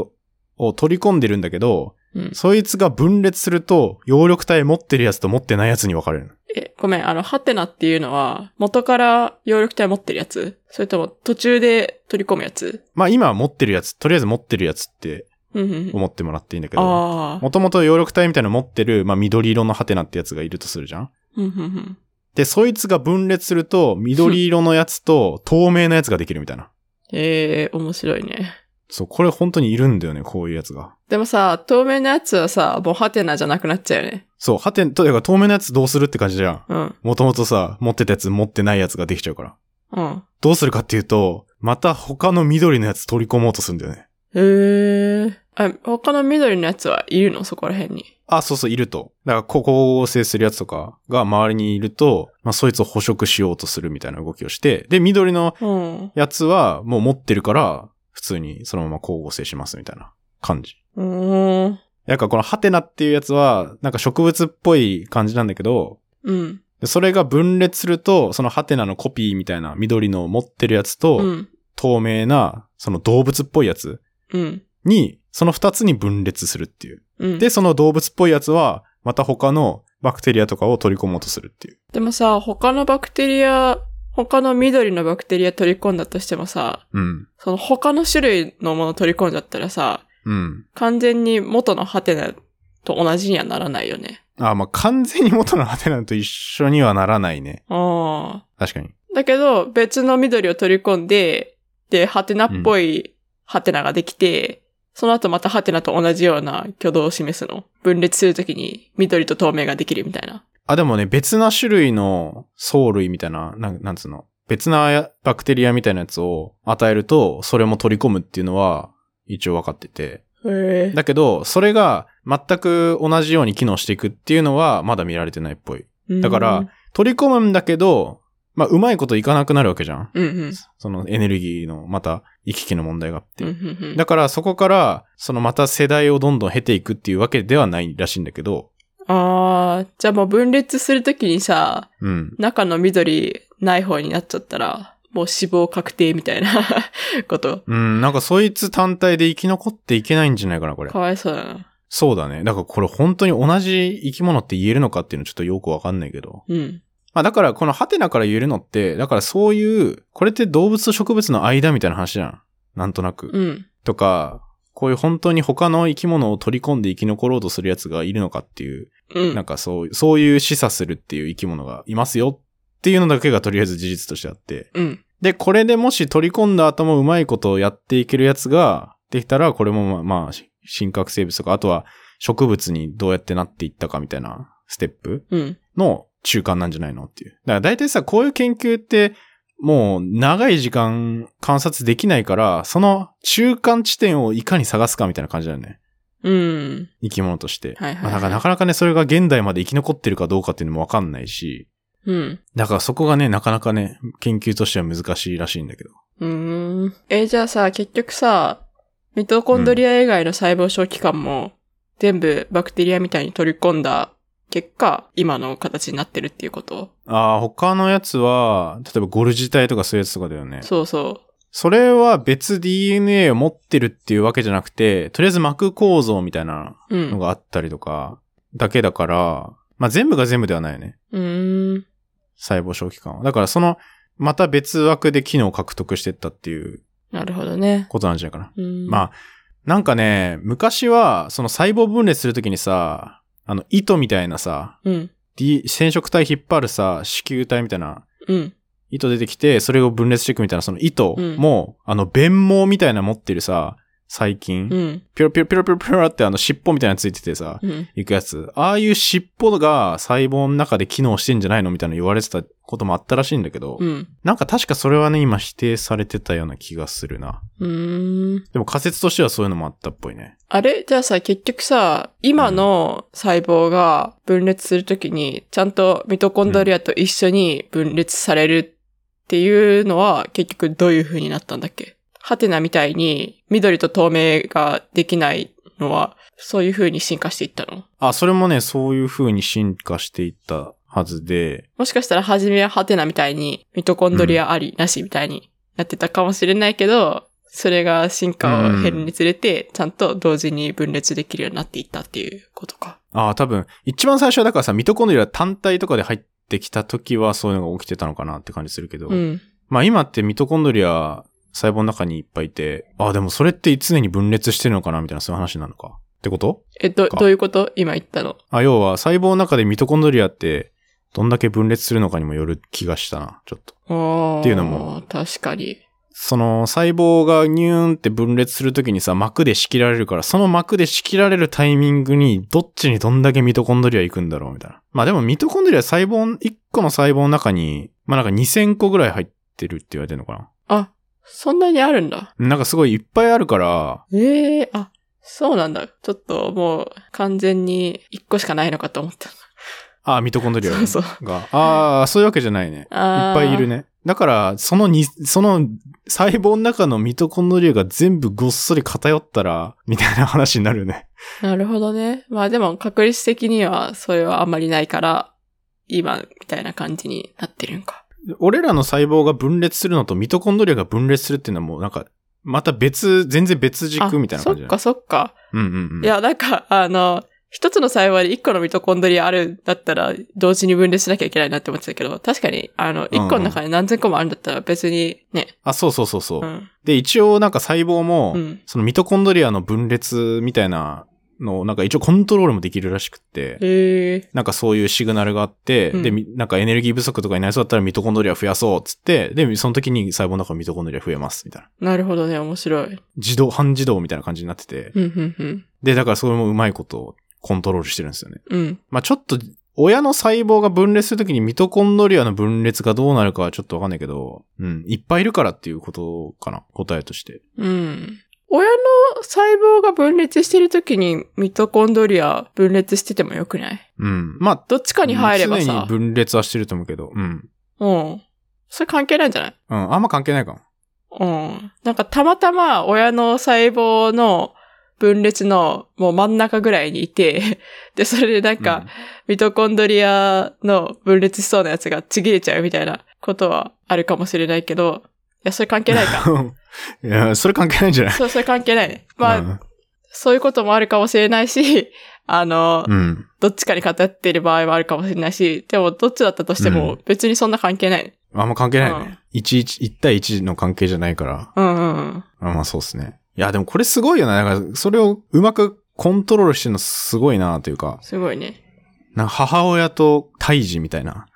Speaker 2: を取り込んでるんだけど、
Speaker 1: うん、
Speaker 2: そいつが分裂すると、葉緑体持ってるやつと持ってないやつに分かれる。
Speaker 1: え、ごめん、あの、ハテナっていうのは、元から葉緑体持ってるやつそれとも途中で取り込むやつ
Speaker 2: まあ今は持ってるやつ、とりあえず持ってるやつって
Speaker 1: うんうん。
Speaker 2: 思ってもらっていいんだけど、
Speaker 1: ああ。
Speaker 2: もともと葉緑体みたいなの持ってる、まあ緑色のハテナってやつがいるとするじゃん
Speaker 1: うんうんうん。
Speaker 2: で、そいつが分裂すると、緑色のやつと透明なやつができるみたいな。
Speaker 1: ええ面白いね。
Speaker 2: そう、これ本当にいるんだよね、こういうやつが。
Speaker 1: でもさ、透明なやつはさ、もうハテナじゃなくなっちゃうよね。
Speaker 2: そう、ハテナ、というか透明なやつどうするって感じじゃん。
Speaker 1: うん。
Speaker 2: もともとさ、持ってたやつ持ってないやつができちゃうから。
Speaker 1: うん。
Speaker 2: どうするかっていうと、また他の緑のやつ取り込もうとするんだよね。
Speaker 1: ええあ、他の緑のやつはいるのそこら辺に。
Speaker 2: あ、そうそう、いると。だから、ここを合成するやつとかが周りにいると、まあ、そいつを捕食しようとするみたいな動きをして、で、緑の
Speaker 1: うん。
Speaker 2: やつはもう持ってるから、普通にそのまま光合成しますみたいな感じ。
Speaker 1: うーん。
Speaker 2: なんかこのハテナっていうやつは、なんか植物っぽい感じなんだけど、
Speaker 1: うん。
Speaker 2: でそれが分裂すると、そのハテナのコピーみたいな緑の持ってるやつと、
Speaker 1: うん。
Speaker 2: 透明な、その動物っぽいやつ
Speaker 1: うん。
Speaker 2: に、その二つに分裂するっていう。
Speaker 1: うん。
Speaker 2: で、その動物っぽいやつは、また他のバクテリアとかを取り込もうとするっていう。
Speaker 1: でもさ、他のバクテリア、他の緑のバクテリア取り込んだとしてもさ、
Speaker 2: うん。
Speaker 1: その他の種類のもの取り込んじゃったらさ、
Speaker 2: うん。
Speaker 1: 完全に元のハテナと同じにはならないよね。
Speaker 2: あ、まあ、完全に元のハテナと一緒にはならないね。
Speaker 1: あ
Speaker 2: 確かに。
Speaker 1: あ。だけど、別の緑を取り込んで、で、ハテナっぽいハテナができて、その後またハテナと同じような挙動を示すの。分裂するときに緑と透明ができるみたいな。
Speaker 2: あ、でもね、別な種類の藻類みたいな、なんなんつうの、別なやバクテリアみたいなやつを与えると、それも取り込むっていうのは、一応分かってて。
Speaker 1: へえ。
Speaker 2: だけど、それが全く同じように機能していくっていうのは、まだ見られてないっぽい。だから
Speaker 1: うん、
Speaker 2: 取り込むんだけど、まあ、うまいこといかなくなるわけじゃん。
Speaker 1: うんうん。
Speaker 2: そのエネルギーの、また、行き来の問題があって。
Speaker 1: うんうんうん
Speaker 2: だから、そこから、そのまた世代をどんどん経ていくっていうわけではないらしいんだけど、
Speaker 1: ああ、じゃあもう分裂するときにさ、
Speaker 2: うん。
Speaker 1: 中の緑ない方になっちゃったら、もう死亡確定みたいな こと。
Speaker 2: うん、なんかそいつ単体で生き残っていけないんじゃないかな、これ
Speaker 1: か。わいそうだな。
Speaker 2: そうだね。だからこれ本当に同じ生き物って言えるのかっていうのちょっとよくわかんないけど。
Speaker 1: うん。
Speaker 2: まあだからこのハテナから言えるのって、だからそういう、これって動物と植物の間みたいな話じゃん。なんとなく。
Speaker 1: うん。
Speaker 2: とか、こういう本当に他の生き物を取り込んで生き残ろうとするやつがいるのかっていう、
Speaker 1: う
Speaker 2: なん
Speaker 1: ん。
Speaker 2: かそう、そういう示唆するっていう生き物がいますよっていうのだけがとりあえず事実としてあって。
Speaker 1: うん。
Speaker 2: で、これでもし取り込んだ後もうまいことをやっていけるやつができたら、これもまあ、まあ、し真核生物とか、あとは植物にどうやってなっていったかみたいなステップ
Speaker 1: うん。
Speaker 2: の中間なんじゃないのっていう。だから大体さ、こういう研究って、もう長い時間観察できないから、その中間地点をいかに探すかみたいな感じだよね。
Speaker 1: うん。
Speaker 2: 生き物として。
Speaker 1: はいはい
Speaker 2: まあだからなかなかね、それが現代まで生き残ってるかどうかっていうのもわかんないし、
Speaker 1: うん。
Speaker 2: だからそこがね、なかなかね、研究としては難しいらしいんだけど。
Speaker 1: うーん。えーじゃあさ、結局さ、ミトコンドリア以外の細胞小器官も、全部バクテリアみたいに取り込んだ結果、今の形になってるっていうこと
Speaker 2: ああ、他のやつは、例えばゴルジ体とかそういうやつとかだよね。
Speaker 1: そうそ
Speaker 2: それは別 DNA を持ってるっていうわけじゃなくて、とりあえず膜構造みたいな
Speaker 1: う。う
Speaker 2: の
Speaker 1: ん。
Speaker 2: があったりとか、だけだから、まあ全部が全部ではないよね。
Speaker 1: うーん。
Speaker 2: 細胞小器官は。だからその、また別枠で機能を獲得してったっていう
Speaker 1: なるほどね。
Speaker 2: ことなんじゃないかな。
Speaker 1: うん。
Speaker 2: まあ、なんかね、昔は、その細胞分裂するときにさ、あの、糸みたいなさ、
Speaker 1: うん。
Speaker 2: D、染色体引っ張るさ、子宮体みたいな、
Speaker 1: うん。
Speaker 2: 糸出てきて、それを分裂していくみたいな、その糸も、あの、弁毛みたいな持ってるさ、細菌、
Speaker 1: うん。
Speaker 2: ピョロピョロピョロピョロピョロってあの、尻尾みたいなのついててさ、
Speaker 1: うん。
Speaker 2: 行くやつ。ああいう尻尾が細胞の中で機能してんじゃないのみたいな言われてたこともあったらしいんだけど、
Speaker 1: うん。
Speaker 2: なんか確かそれはね、今否定されてたような気がするな。
Speaker 1: うーん。
Speaker 2: でも仮説としてはそういうのもあったっぽいね。
Speaker 1: あれじゃあさ、結局さ、今の細胞が分裂するときに、ちゃんとミトコンドリアと一緒に分裂されるっていうのは、結局どういう風になったんだっけハテナみたいに緑と透明ができないのは、そういう風に進化していったの
Speaker 2: あ、それもね、そういう風に進化していったはずで、
Speaker 1: もしかしたら初めはハテナみたいにミトコンドリアありなしみたいになってたかもしれないけど、それが進化を減るにつれて、ちゃんと同時に分裂できるようになっていったっていうことか。
Speaker 2: ああ、多分、一番最初はだからさ、ミトコンドリア単体とかで入ってきた時はそういうのが起きてたのかなって感じするけど、
Speaker 1: うん。
Speaker 2: まあ今ってミトコンドリア細胞の中にいっぱいいて、あ、でもそれって常に分裂してるのかなみたいなそういう話なのか。ってこと
Speaker 1: え、ど、
Speaker 2: か
Speaker 1: どういうこと今言ったの。
Speaker 2: あ、要は細胞の中でミトコンドリアって、どんだけ分裂するのかにもよる気がしたな、ちょっと。
Speaker 1: おー
Speaker 2: っていうのも。
Speaker 1: 確かに。
Speaker 2: その細胞がニューンって分裂するときにさ、膜で仕切られるから、その膜で仕切られるタイミングに、どっちにどんだけミトコンドリア行くんだろうみたいな。まあでもミトコンドリア細胞、1個の細胞の中に、まあなんか2000個ぐらい入ってるって言われてるのか
Speaker 1: あ、そんなにあるんだ。
Speaker 2: ななんかすごいいっぱいあるから、
Speaker 1: ええあ、そうなんだ。ちょっともう完全に一個しかないのかと思った。
Speaker 2: あミトコンドリアが。
Speaker 1: そうそう。
Speaker 2: ああ、そういうわけじゃないね。いっ
Speaker 1: あー
Speaker 2: ぱいいるね。だから、そのに、その細胞の中のミトコンドリアが全部ごっそり偏ったら、みたいな話になるよね。
Speaker 1: なるほどね。まあでも確率的にはそれはあんまりないから、今みたいな感じになってるんか。
Speaker 2: 俺らの細胞が分裂するのとミトコンドリアが分裂するっていうのはもうなんか、また別、全然別軸みたいな感じ
Speaker 1: あそっ
Speaker 2: だね
Speaker 1: かそっか。
Speaker 2: うんうんうん。
Speaker 1: いや、なんか、あの、一つの細胞で一個のミトコンドリアあるんだったら、同時に分裂しなきゃいけないなって思ってたけど、確かに、あの、一個の中に何千個もあるんだったら別にね、
Speaker 2: あ、そうそうそうそうう。
Speaker 1: ん。
Speaker 2: で、一応なんか細胞も、
Speaker 1: うん。
Speaker 2: そのミトコンドリアの分裂みたいなのをなんか一応コントロールもできるらしくって。
Speaker 1: へえ
Speaker 2: なんかそういうシグナルがあって、
Speaker 1: うん
Speaker 2: で、みなんかエネルギー不足とかになりそうだったらミトコンドリア増やそうっつって、で、その時に細胞の中のミトコンドリア増えます、みたいな。
Speaker 1: なるほどね、面白い。
Speaker 2: 自動、半自動みたいな感じになってて。
Speaker 1: うん、うん、うん。
Speaker 2: で、だからそれもうまいことをコントロールしてるんですよね。
Speaker 1: うん。
Speaker 2: まあちょっと、親の細胞が分裂するときにミトコンドリアの分裂がどうなるかはちょっとわかんないけど、うん、いっぱいいるからっていうことかな、答えとして。
Speaker 1: うん。親の細胞が分裂してるときにミトコンドリア分裂しててもよくない
Speaker 2: うん。まあ、
Speaker 1: どっちかに入れば
Speaker 2: 常に
Speaker 1: さ、
Speaker 2: 分裂はしてると思うけど、うん。
Speaker 1: うん。それ関係ないんじゃない
Speaker 2: うん、あんま関係ないかも。
Speaker 1: うん。なんかたまたま親の細胞の分裂のもう真ん中ぐらいにいて、 で、それでなん
Speaker 2: う
Speaker 1: か
Speaker 2: ん、
Speaker 1: ミトコンドリアの分裂しそうなやつがちぎれちゃうみたいなことはあるかもしれないけど、いや、それ関係な いか。
Speaker 2: いや、それ関係ないんじゃない
Speaker 1: そう、それ関係な いね。まあ、
Speaker 2: うん
Speaker 1: そういうこともあるかもしれないし、 あの、
Speaker 2: うん。
Speaker 1: どっちかに偏っている場合もあるかもしれないし、でもどっちだったとして
Speaker 2: う
Speaker 1: も
Speaker 2: ん
Speaker 1: 別にそんな関係ないね。
Speaker 2: あんま関係ないよ
Speaker 1: うん
Speaker 2: ね。一一一対一の関係じゃないから。
Speaker 1: うんうんうん。
Speaker 2: あまあそうですね。いや、でもこれすごいよな。だから、それをうまくコントロールしてるのすごいなというか、
Speaker 1: すごいね。
Speaker 2: なんか母親と胎児みたいな。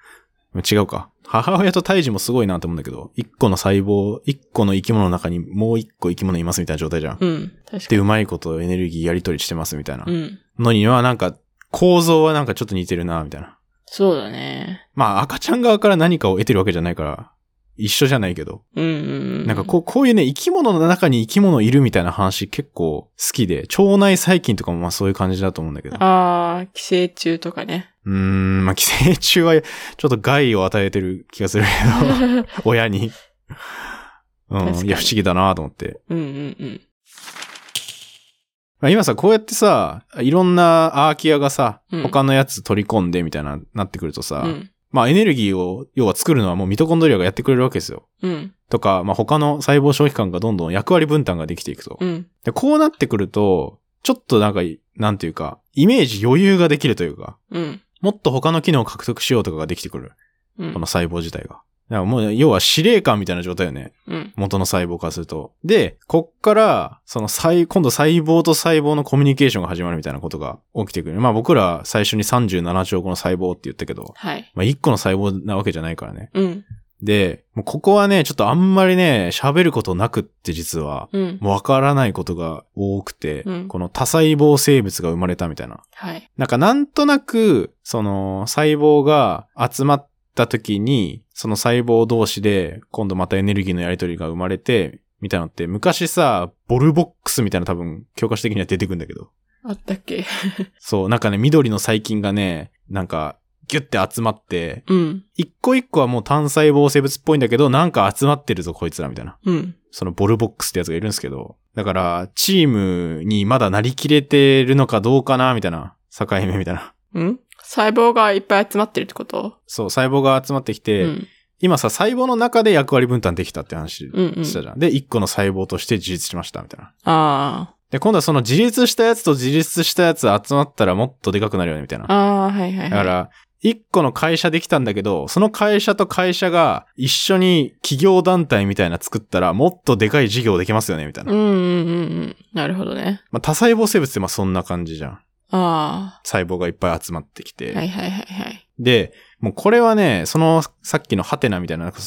Speaker 2: 違うか。母親と胎児もすごいなと思うんだけど、一個の細胞、一個の生き物の中にもう一個生き物いますみたいな状態じゃん。
Speaker 1: うん。確か
Speaker 2: で、
Speaker 1: に。
Speaker 2: うまいことエネルギーやり取りしてますみたいな
Speaker 1: う。ん。
Speaker 2: のには、なんか、構造はなんかちょっと似てるなみたいな。
Speaker 1: そうだね。
Speaker 2: まあ赤ちゃん側から何かを得てるわけじゃないから、一緒じゃないけど。
Speaker 1: うんうん。
Speaker 2: なんかこう、こういうね、生き物の中に生き物いるみたいな話結構好きで、腸内細菌とかもまあそういう感じだと思うんだけど。う
Speaker 1: ああ、寄生虫と かね。
Speaker 2: ーん、まあ寄生虫はちょっと害を与えてる気がする け
Speaker 1: う
Speaker 2: ど、親に。うん
Speaker 1: 確か、に
Speaker 2: いや、不思議だなと思って。
Speaker 1: んうんうん。
Speaker 2: まあ今さ、こうやってさ、いろんなアーキアがさ、
Speaker 1: うん
Speaker 2: 他のやつ取り込んでみたいな、なってくるとさ、
Speaker 1: うん。
Speaker 2: まあエネルギーを、要は作るのはもうミトコンドリアがやってくれるわけですよ。
Speaker 1: うん。
Speaker 2: とか、まあ他の細胞消費官がどんどん役割分担ができていくと。
Speaker 1: うん。
Speaker 2: で、こうなってくると、ちょっとなんか、なんていうか、イメージ余裕ができるというか、
Speaker 1: うん。
Speaker 2: もっと他の機能を獲得しようとかができてくる。
Speaker 1: うん
Speaker 2: この細胞自体が。だからもう、要は司令官みたいな状態よね。
Speaker 1: うん。
Speaker 2: 元の細胞化すると。で、こっから、その細、今度細胞と細胞のコミュニケーションが始まるみたいなことが起きてくる。まあ僕ら最初に37兆個の細胞って言ったけど、
Speaker 1: はい。
Speaker 2: まあ1個の細胞なわけじゃないからね。
Speaker 1: うん。
Speaker 2: で、もうここはね、ちょっとあんまりね、喋ることなくって実は、
Speaker 1: うん。
Speaker 2: もうわからないことが多くて、
Speaker 1: うん
Speaker 2: この多細胞生物が生まれたみたいな。
Speaker 1: はい。
Speaker 2: なんかなんとなく、その細胞が集まった時に、その細胞同士で今度またエネルギーのやり取りが生まれて、みたいなのって昔さ、ボルボックスみたいな多分教科書的には出てくるんだけど。
Speaker 1: あったっけ
Speaker 2: そう、なんかね、緑の細菌がね、なんかギュッて集まって、
Speaker 1: うん。
Speaker 2: 一個一個はもう単細胞生物っぽいんだけど、なんか集まってるぞこいつらみたいな。
Speaker 1: うん。
Speaker 2: そのボルボックスってやつがいるんですけど、だから、チームにまだなりきれてるのかどうかな、みたいな、境目みたいな。
Speaker 1: うん細胞がいっぱい集まってるってこと
Speaker 2: そう、細胞が集まってき
Speaker 1: う
Speaker 2: て、
Speaker 1: ん。
Speaker 2: 今さ、細胞の中で役割分担できたって話し
Speaker 1: うんうん
Speaker 2: た。じゃん。で、一個の細胞として自立しました、みたいな。
Speaker 1: あ
Speaker 2: で、今度はその自立したやつと自立したやつ集まったらもっとでかくなるよね、みたいな。
Speaker 1: あ。ああ、はいはいはい。
Speaker 2: だから、一個の会社できたんだけど、その会社と会社が一緒に企業団体みたいな作ったら、もっとでかい事業できますよね、みたいな。
Speaker 1: うんうんうんうん。なるほどね。
Speaker 2: まあ、多細胞生物ってまあそんな感じじゃん。
Speaker 1: あ
Speaker 2: 細胞がいっぱい集まってきて。
Speaker 1: あ。はいはいはいはい。
Speaker 2: で、もうこれはね、そのさっきのハテナみたいな、境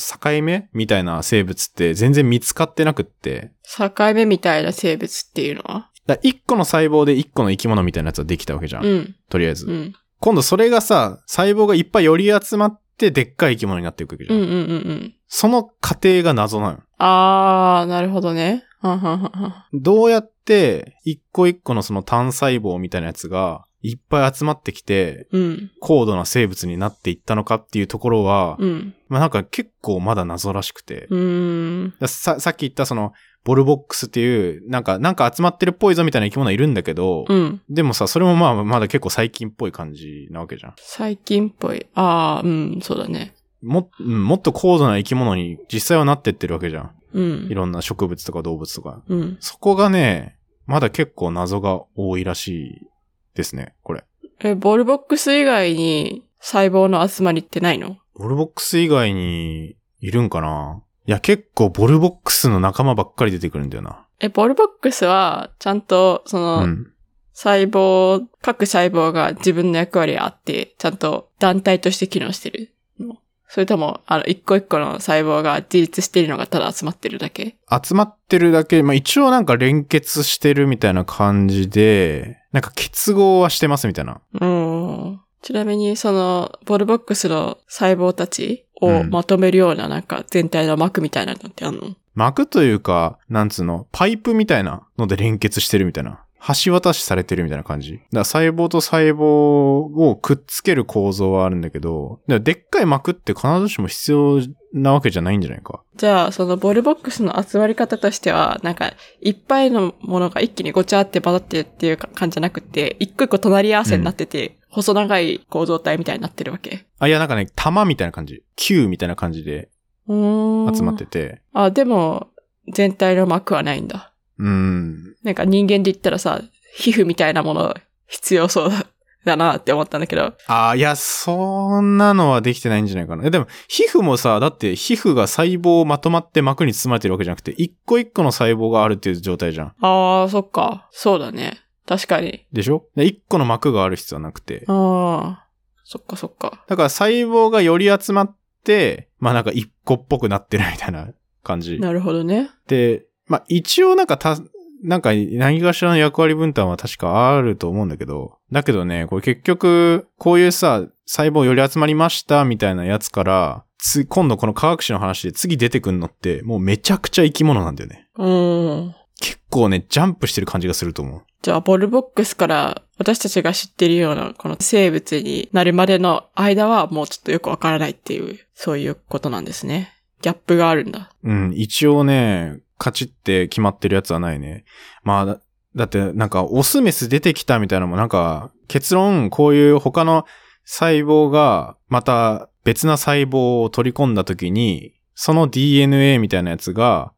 Speaker 2: 目みたいな生物って全然見つかってなくって。
Speaker 1: 境目みたいな生物っていうのは
Speaker 2: だから一個の細胞で一個の生き物みたいなやつはできたわけじゃん。
Speaker 1: うん。
Speaker 2: とりあえず。
Speaker 1: うん。
Speaker 2: 今度それがさ、細胞がいっぱい寄り集まってでっかい生き物になっていくわけじ
Speaker 1: う
Speaker 2: ゃ
Speaker 1: ん
Speaker 2: ん。
Speaker 1: うんうんうん。
Speaker 2: その過程が謎なの。
Speaker 1: ああ、なるほどね。はんはんはんはん
Speaker 2: どうやって一個一個のその単細胞みたいなやつがいっぱい集まってきて
Speaker 1: うん。
Speaker 2: 高度な生物になっていったのかっていうところは、
Speaker 1: うん。
Speaker 2: まあなんか結構まだ謎らしくて。
Speaker 1: うーん。
Speaker 2: さ、さっき言ったその、ボルボックスっていう、なんか、なんか集まってるっぽいぞみたいな生き物はいるんだけど、
Speaker 1: うん。
Speaker 2: でもさ、それもまあ、まだ結構最近っぽい感じなわけじゃん。
Speaker 1: 最近っぽい。ああ、うん、そうだね。
Speaker 2: も、うんもっと高度な生き物に実際はなってってるわけじゃん。
Speaker 1: うん
Speaker 2: い。ろんな植物とか動物とか。
Speaker 1: うん。
Speaker 2: そこがね、まだ結構謎が多いらしいですね、これ。
Speaker 1: え、ボールボックス以外に細胞の集まりってないの
Speaker 2: ボルボックス以外にいるんかないや、結構ボルボックスの仲間ばっかり出てくるんだよな。
Speaker 1: え、ボールボックスは、ちゃんと、そうの、
Speaker 2: ん。
Speaker 1: 細胞、各細胞が自分の役割があって、ちゃんと団体として機能してるのそれとも、あの、一個一個の細胞が自立しているのがただ集まってるだけ
Speaker 2: 集まってるだけ、まあ、一応なんか連結してるみたいな感じで、なんか結合はしてますみたいな。
Speaker 1: うん。ちなみに、その、ボールボックスの細胞たちを
Speaker 2: うん
Speaker 1: まとめるような、なんか、全体の膜みたいなのってあんの
Speaker 2: 膜というか、なんつうの、パイプみたいなので連結してるみたいな。橋渡しされてるみたいな感じ。だから細胞と細胞をくっつける構造はあるんだけど、でもでっかい膜って必ずしも必要なわけじゃないんじゃないか。
Speaker 1: じゃあ、そのボールボックスの集まり方としては、なんか、いっぱいのものが一気にごちゃって混ざってっていうか感じじゃなくて、一個一個隣り合わせになってて、細長い構造体みたいになってるわけ。
Speaker 2: あ、いやなんかね、玉みたいな感じ。球みたいな感じで
Speaker 1: うーん。
Speaker 2: 集まって。て。
Speaker 1: あ、でも、全体の膜はないんだ。
Speaker 2: うん。
Speaker 1: なんか人間で言ったらさ、皮膚みたいなもの必要そうだだなって思ったんだけど。
Speaker 2: ああ、いや、そんなのはできてないんじゃないかな。え、でも、皮膚もさ、だって皮膚が細胞をまとまって膜に包まれてるわけじゃなくて、一個一個の細胞があるっていう状態じゃん。
Speaker 1: あー、そっか。そうだね。確かに。
Speaker 2: でしょで一個の膜がある必要はなくて。
Speaker 1: あー。そっかそっか。
Speaker 2: だから細胞がより集まって、まあなんか一個っぽくなってるみたいな感じ。
Speaker 1: なるほどね。
Speaker 2: で、まあ一応なんかた、なんか何かしらの役割分担は確かあると思うんだけど、だけどね、これ結局、こういうさ、細胞より集まりましたみたいなやつから、つ、今度この科学史の話で次出てくんのって、もうめちゃくちゃ生き物なんだよね。
Speaker 1: うーん。
Speaker 2: 結構ね、ジャンプしてる感じがすると思う。
Speaker 1: じゃあ、ボルボックスから私たちが知ってるような、この生物になるまでの間はもうちょっとよくわからないっていう、そういうことなんですね。ギャップがあるんだ。
Speaker 2: うん、一応ね、カチって決まってるやつはないね。まあ、だだってなんかオスメス出てきたみたいなのもなんか結論こういう他の細胞がまた別な細胞を取り込んだ時にその DNA みたいなやつが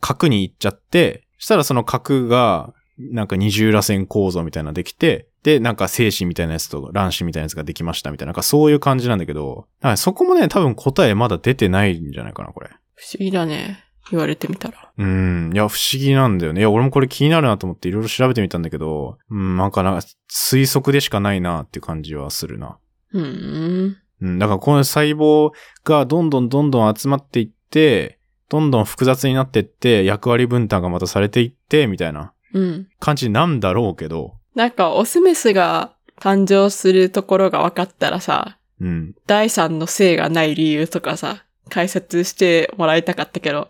Speaker 2: 核に行っちゃってそしたらその核がなんか二重螺旋構造みたいなのできてでなんか精子みたいなやつと卵子みたいなやつができましたみたいななんかそういう感じなんだけどだからそこもね多分答えまだ出てないんじゃないかなこれ。
Speaker 1: 不思議だね。言われてみたら。
Speaker 2: うん。いや、不思議なんだよね。いや、俺もこれ気になるなと思っていろいろ調べてみたんだけど、うん、なんかな、推測でしかないなっていう感じはするな。
Speaker 1: うーん。
Speaker 2: うん、だからこの細胞がどんどんどんどん集まっていって、どんどん複雑になっていって、役割分担がまたされていって、みたいな
Speaker 1: うん。
Speaker 2: 感じなんだろうけど、
Speaker 1: なんか、オスメスが誕生するところが分かったらさ、
Speaker 2: うん。
Speaker 1: 第三の性がない理由とかさ、解説してもらいたかったけど、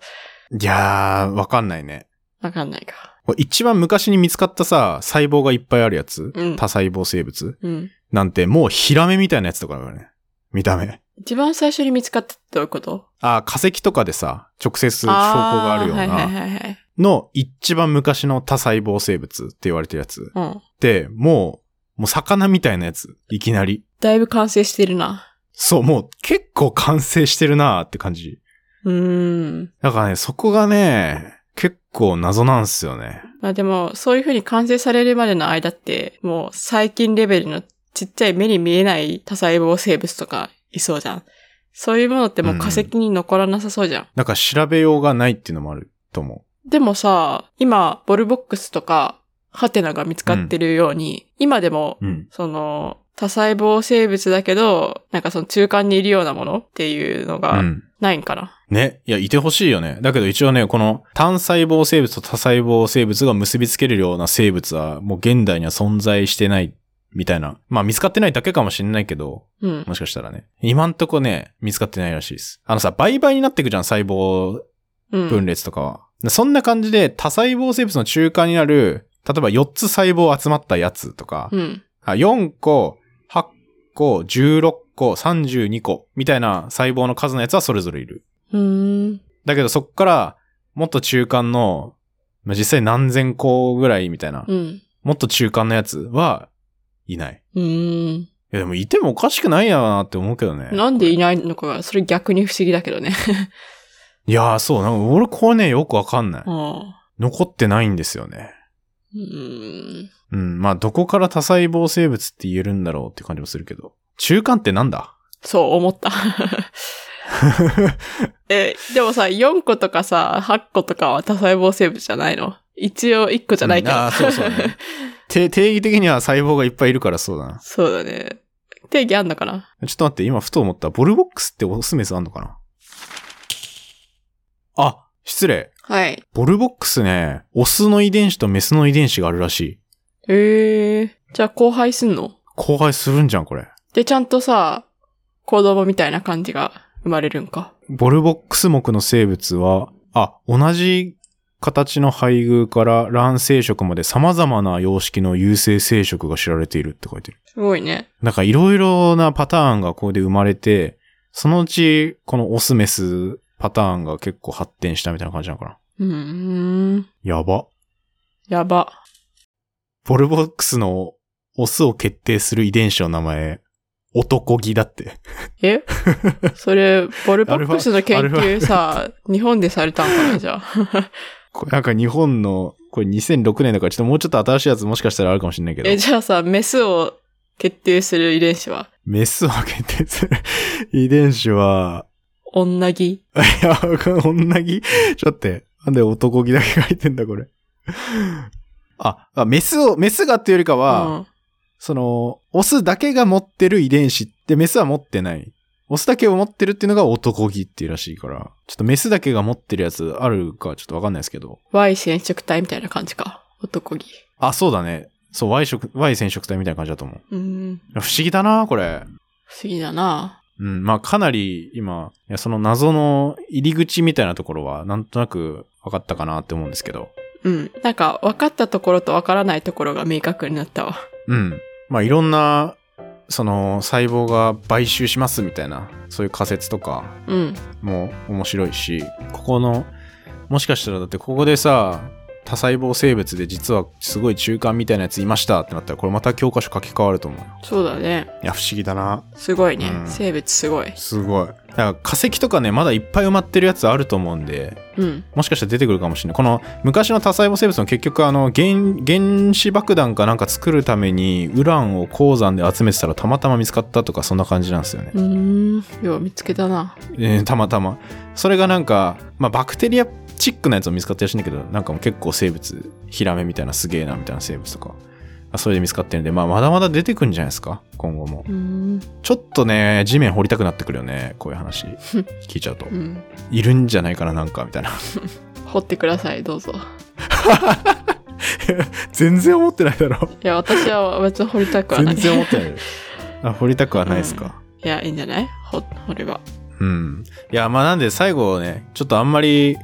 Speaker 2: いやー、わかんないね。
Speaker 1: わかんないか。
Speaker 2: これ一番昔に見つかったさ、細胞がいっぱいあるやつ、
Speaker 1: うん
Speaker 2: 多細胞生物
Speaker 1: うん。
Speaker 2: なんて、もうヒラメみたいなやつとかだからね。見た目。
Speaker 1: 一番最初に見つかったってどういうこと
Speaker 2: あ化石とかでさ、直接証拠があるよう
Speaker 1: ーはいは
Speaker 2: ない
Speaker 1: はいはい。
Speaker 2: の一番昔の多細胞生物って言われてるやつ
Speaker 1: うん。
Speaker 2: で、もう、もう魚みたいなやつ、いきなり。
Speaker 1: だいぶ完成してるな。
Speaker 2: そう、もう結構完成してるなーって感じ。
Speaker 1: うーん。
Speaker 2: だからね、そこがね、結構謎なんすよね。
Speaker 1: まあでも、そういう風に完成されるまでの間って、もう最近レベルのちっちゃい目に見えない多細胞生物とかいそうじゃん。そういうものってもう化石に残らなさそうじゃん。
Speaker 2: なんか調べようがないっていうのもあると思
Speaker 1: でもさ、今、ボルボックスとか、ハテナが見つかってるように、今でも、
Speaker 2: う。うん。
Speaker 1: その、多細胞生物だけど、なんかその中間にいるようなものっていうの
Speaker 2: う
Speaker 1: が、
Speaker 2: ん。
Speaker 1: ないんかな。
Speaker 2: ね。いや、いてほしいよね。だけど一応ね、この単細胞生物と多細胞生物が結びつけるような生物は、もう現代には存在してない、みたいな。まあ見つかってないだけかもしんないけど、
Speaker 1: うん。
Speaker 2: もしかしたらね。今んとこね、見つかってないらしいです。あのさ、倍々になってくじゃん、細胞
Speaker 1: うん。
Speaker 2: 分裂とかは。そんな感じで、多細胞生物の中間にある、例えば4つ細胞集まったやつとか、
Speaker 1: うん。
Speaker 2: あ4個、8個、16個、32個、みたいな細胞の数のやつはそれぞれいる。
Speaker 1: うーん。
Speaker 2: だけどそっから、もっと中間の、まあ実際何千個ぐらいみたいな、
Speaker 1: うん。
Speaker 2: もっと中間のやつは、いない。
Speaker 1: うーん。
Speaker 2: いやでもいてもおかしくないやろなって思うけどね。
Speaker 1: なんでいないのかが、それ逆に不思議だけどね。
Speaker 2: いやーそう、なんか俺これね、よくわかんない。
Speaker 1: ああ
Speaker 2: 残ってないんですよね。
Speaker 1: うーん。
Speaker 2: うん、まあどこから多細胞生物って言えるんだろうって感じもするけど。中間ってなんだ
Speaker 1: そう 思った。え、でもさ、4個とかさ、8個とかは多細胞生物じゃないの一応1個じゃないか
Speaker 2: うん
Speaker 1: ら。
Speaker 2: あーそうそうねて定義的には細胞がいっぱいいるからそうだな。
Speaker 1: そうだね。定義あんのかな
Speaker 2: ちょっと待って、今ふと思った。ボルボックスってオスメスあんのかなあ、失礼。
Speaker 1: はい。
Speaker 2: ボルボックスね、オスの遺伝子とメスの遺伝子があるらしい。
Speaker 1: へえー。じゃあ交配すんの
Speaker 2: 交配するんじゃん、これ。
Speaker 1: で、ちゃんとさ、子供みたいな感じが生まれるんか。
Speaker 2: ボルボックス目の生物は、あ、同じ形の配偶から卵生殖まで様々な様式の有性生殖が知られているって書いてる。
Speaker 1: すごいね。
Speaker 2: なんかいろいろなパターンがこれで生まれて、そのうち、このオスメスパターンが結構発展したみたいな感じなのかな。
Speaker 1: うーん。
Speaker 2: やば。
Speaker 1: やば。
Speaker 2: ボルボックスのオスを決定する遺伝子の名前、男気だって。
Speaker 1: えそれ、ボルボックスの研
Speaker 2: アル
Speaker 1: 究さ、 日本でされたんかなじ ゃあ。
Speaker 2: これなんか日本の、これ2006年だからちょっともうちょっと新しいやつもしかしたらあるかもしれないけど
Speaker 1: え、、じゃあさ、メスを決定する遺伝子は、
Speaker 2: メスを決定する遺伝子は、
Speaker 1: 女木
Speaker 2: いや、この女気ちょっと待って、なんで男気だけ書いてんだこれ。あ、あメスを、メスがっていうよりかは、
Speaker 1: うん、
Speaker 2: その、オスだけが持ってる遺伝子って、メスは持ってない。オスだけを持ってるっていうのが男気っていうらしいから、ちょっとメスだけが持ってるやつあるかちょっとわかんないですけど。
Speaker 1: Y 染色体みたいな感じか。男気。
Speaker 2: あ、そうだね。そう、Y 色、Y 染色体みたいな感じだと思う。いう
Speaker 1: ーん。
Speaker 2: や不思議だな、これ。
Speaker 1: 不思議だな。
Speaker 2: うん、まあかなり今、いやその謎の入り口みたいなところはなんとなく分かったかなって思うんですけど。
Speaker 1: うん。なんか、分かったところと分からないところが明確になったわ。
Speaker 2: うん。まあいろんな、その細胞が買収しますみたいな、そういう仮説とか、
Speaker 1: うん。
Speaker 2: も面白いしここのもしかしたらだってここでさ多細胞生物で実はすごい中間みたいなやついましたってなったらこれまた教科書書き換わると思う
Speaker 1: そうだね。
Speaker 2: いや不思議だな
Speaker 1: すごいね。
Speaker 2: うん
Speaker 1: 生物すごい。
Speaker 2: すごいだから化石とかねまだいっぱい埋まってるやつあると思うんで
Speaker 1: うん。
Speaker 2: もしかしたら出てくるかもしれないこの昔の多細胞生物も結局あの原原子爆弾かなんか作るためにウランを鉱山で集めてたらたまたま見つかったとかそんな感じなんですよね
Speaker 1: うーん。よう見つけたな。
Speaker 2: えーたまたまそれがなんか、まあ、バクテリアチックなやつも見つかってるらしいんだけどなんかもう結構生物ヒラメみたいなすげえなみたいな生物とかあそれで見つかってるんで、まあ、まだまだ出てくんじゃないですか今後も
Speaker 1: うーん。
Speaker 2: ちょっとね地面掘りたくなってくるよねこういう話聞いちゃうと
Speaker 1: うん。
Speaker 2: いるんじゃないかななんかみたいな
Speaker 1: 掘ってください、どうぞ。
Speaker 2: 全然思ってないだろ
Speaker 1: いや、私は別に掘りたくはな
Speaker 2: 全
Speaker 1: い。
Speaker 2: 然思って ないあ掘りたくはないですか
Speaker 1: いや、いいんじゃない掘掘れば。
Speaker 2: うん、いやまあなんで最後ねちょっとあんまり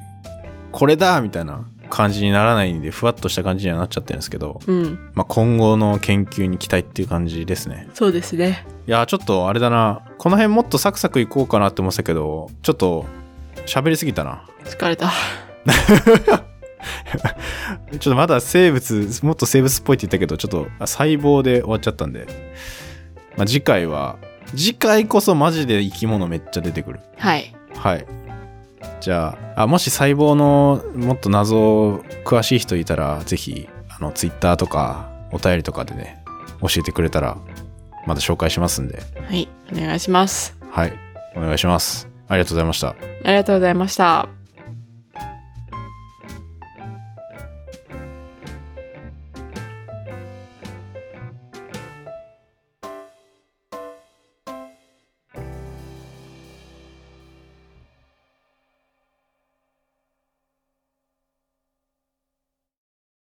Speaker 2: これだみたいな感じにならないんでふわっとした感じにはなっちゃってるんですけど
Speaker 1: うん。
Speaker 2: まあ、今後の研究に期待っていう感じですね。
Speaker 1: そうですね。
Speaker 2: いやー、ちょっとあれだな。この辺もっとサクサクいこうかなって思ってたけど、ちょっと喋りすぎたな。
Speaker 1: 疲れた。
Speaker 2: ちょっとまだ生物、もっと生物っぽいって言ったけど、ちょっとあ細胞で終わっちゃったんで。まあ、次回は、次回こそマジで生き物めっちゃ出てくる。
Speaker 1: はい。
Speaker 2: はい。じゃあ、あもし細胞のもっと謎詳しい人いたら、ぜひ、あの、ツイッターとか、お便りとかでね、教えてくれたらまた紹介しますんで、
Speaker 1: はい。お願いします。
Speaker 2: はい。お願いします。ありがとうございました。
Speaker 1: ありがとうございました。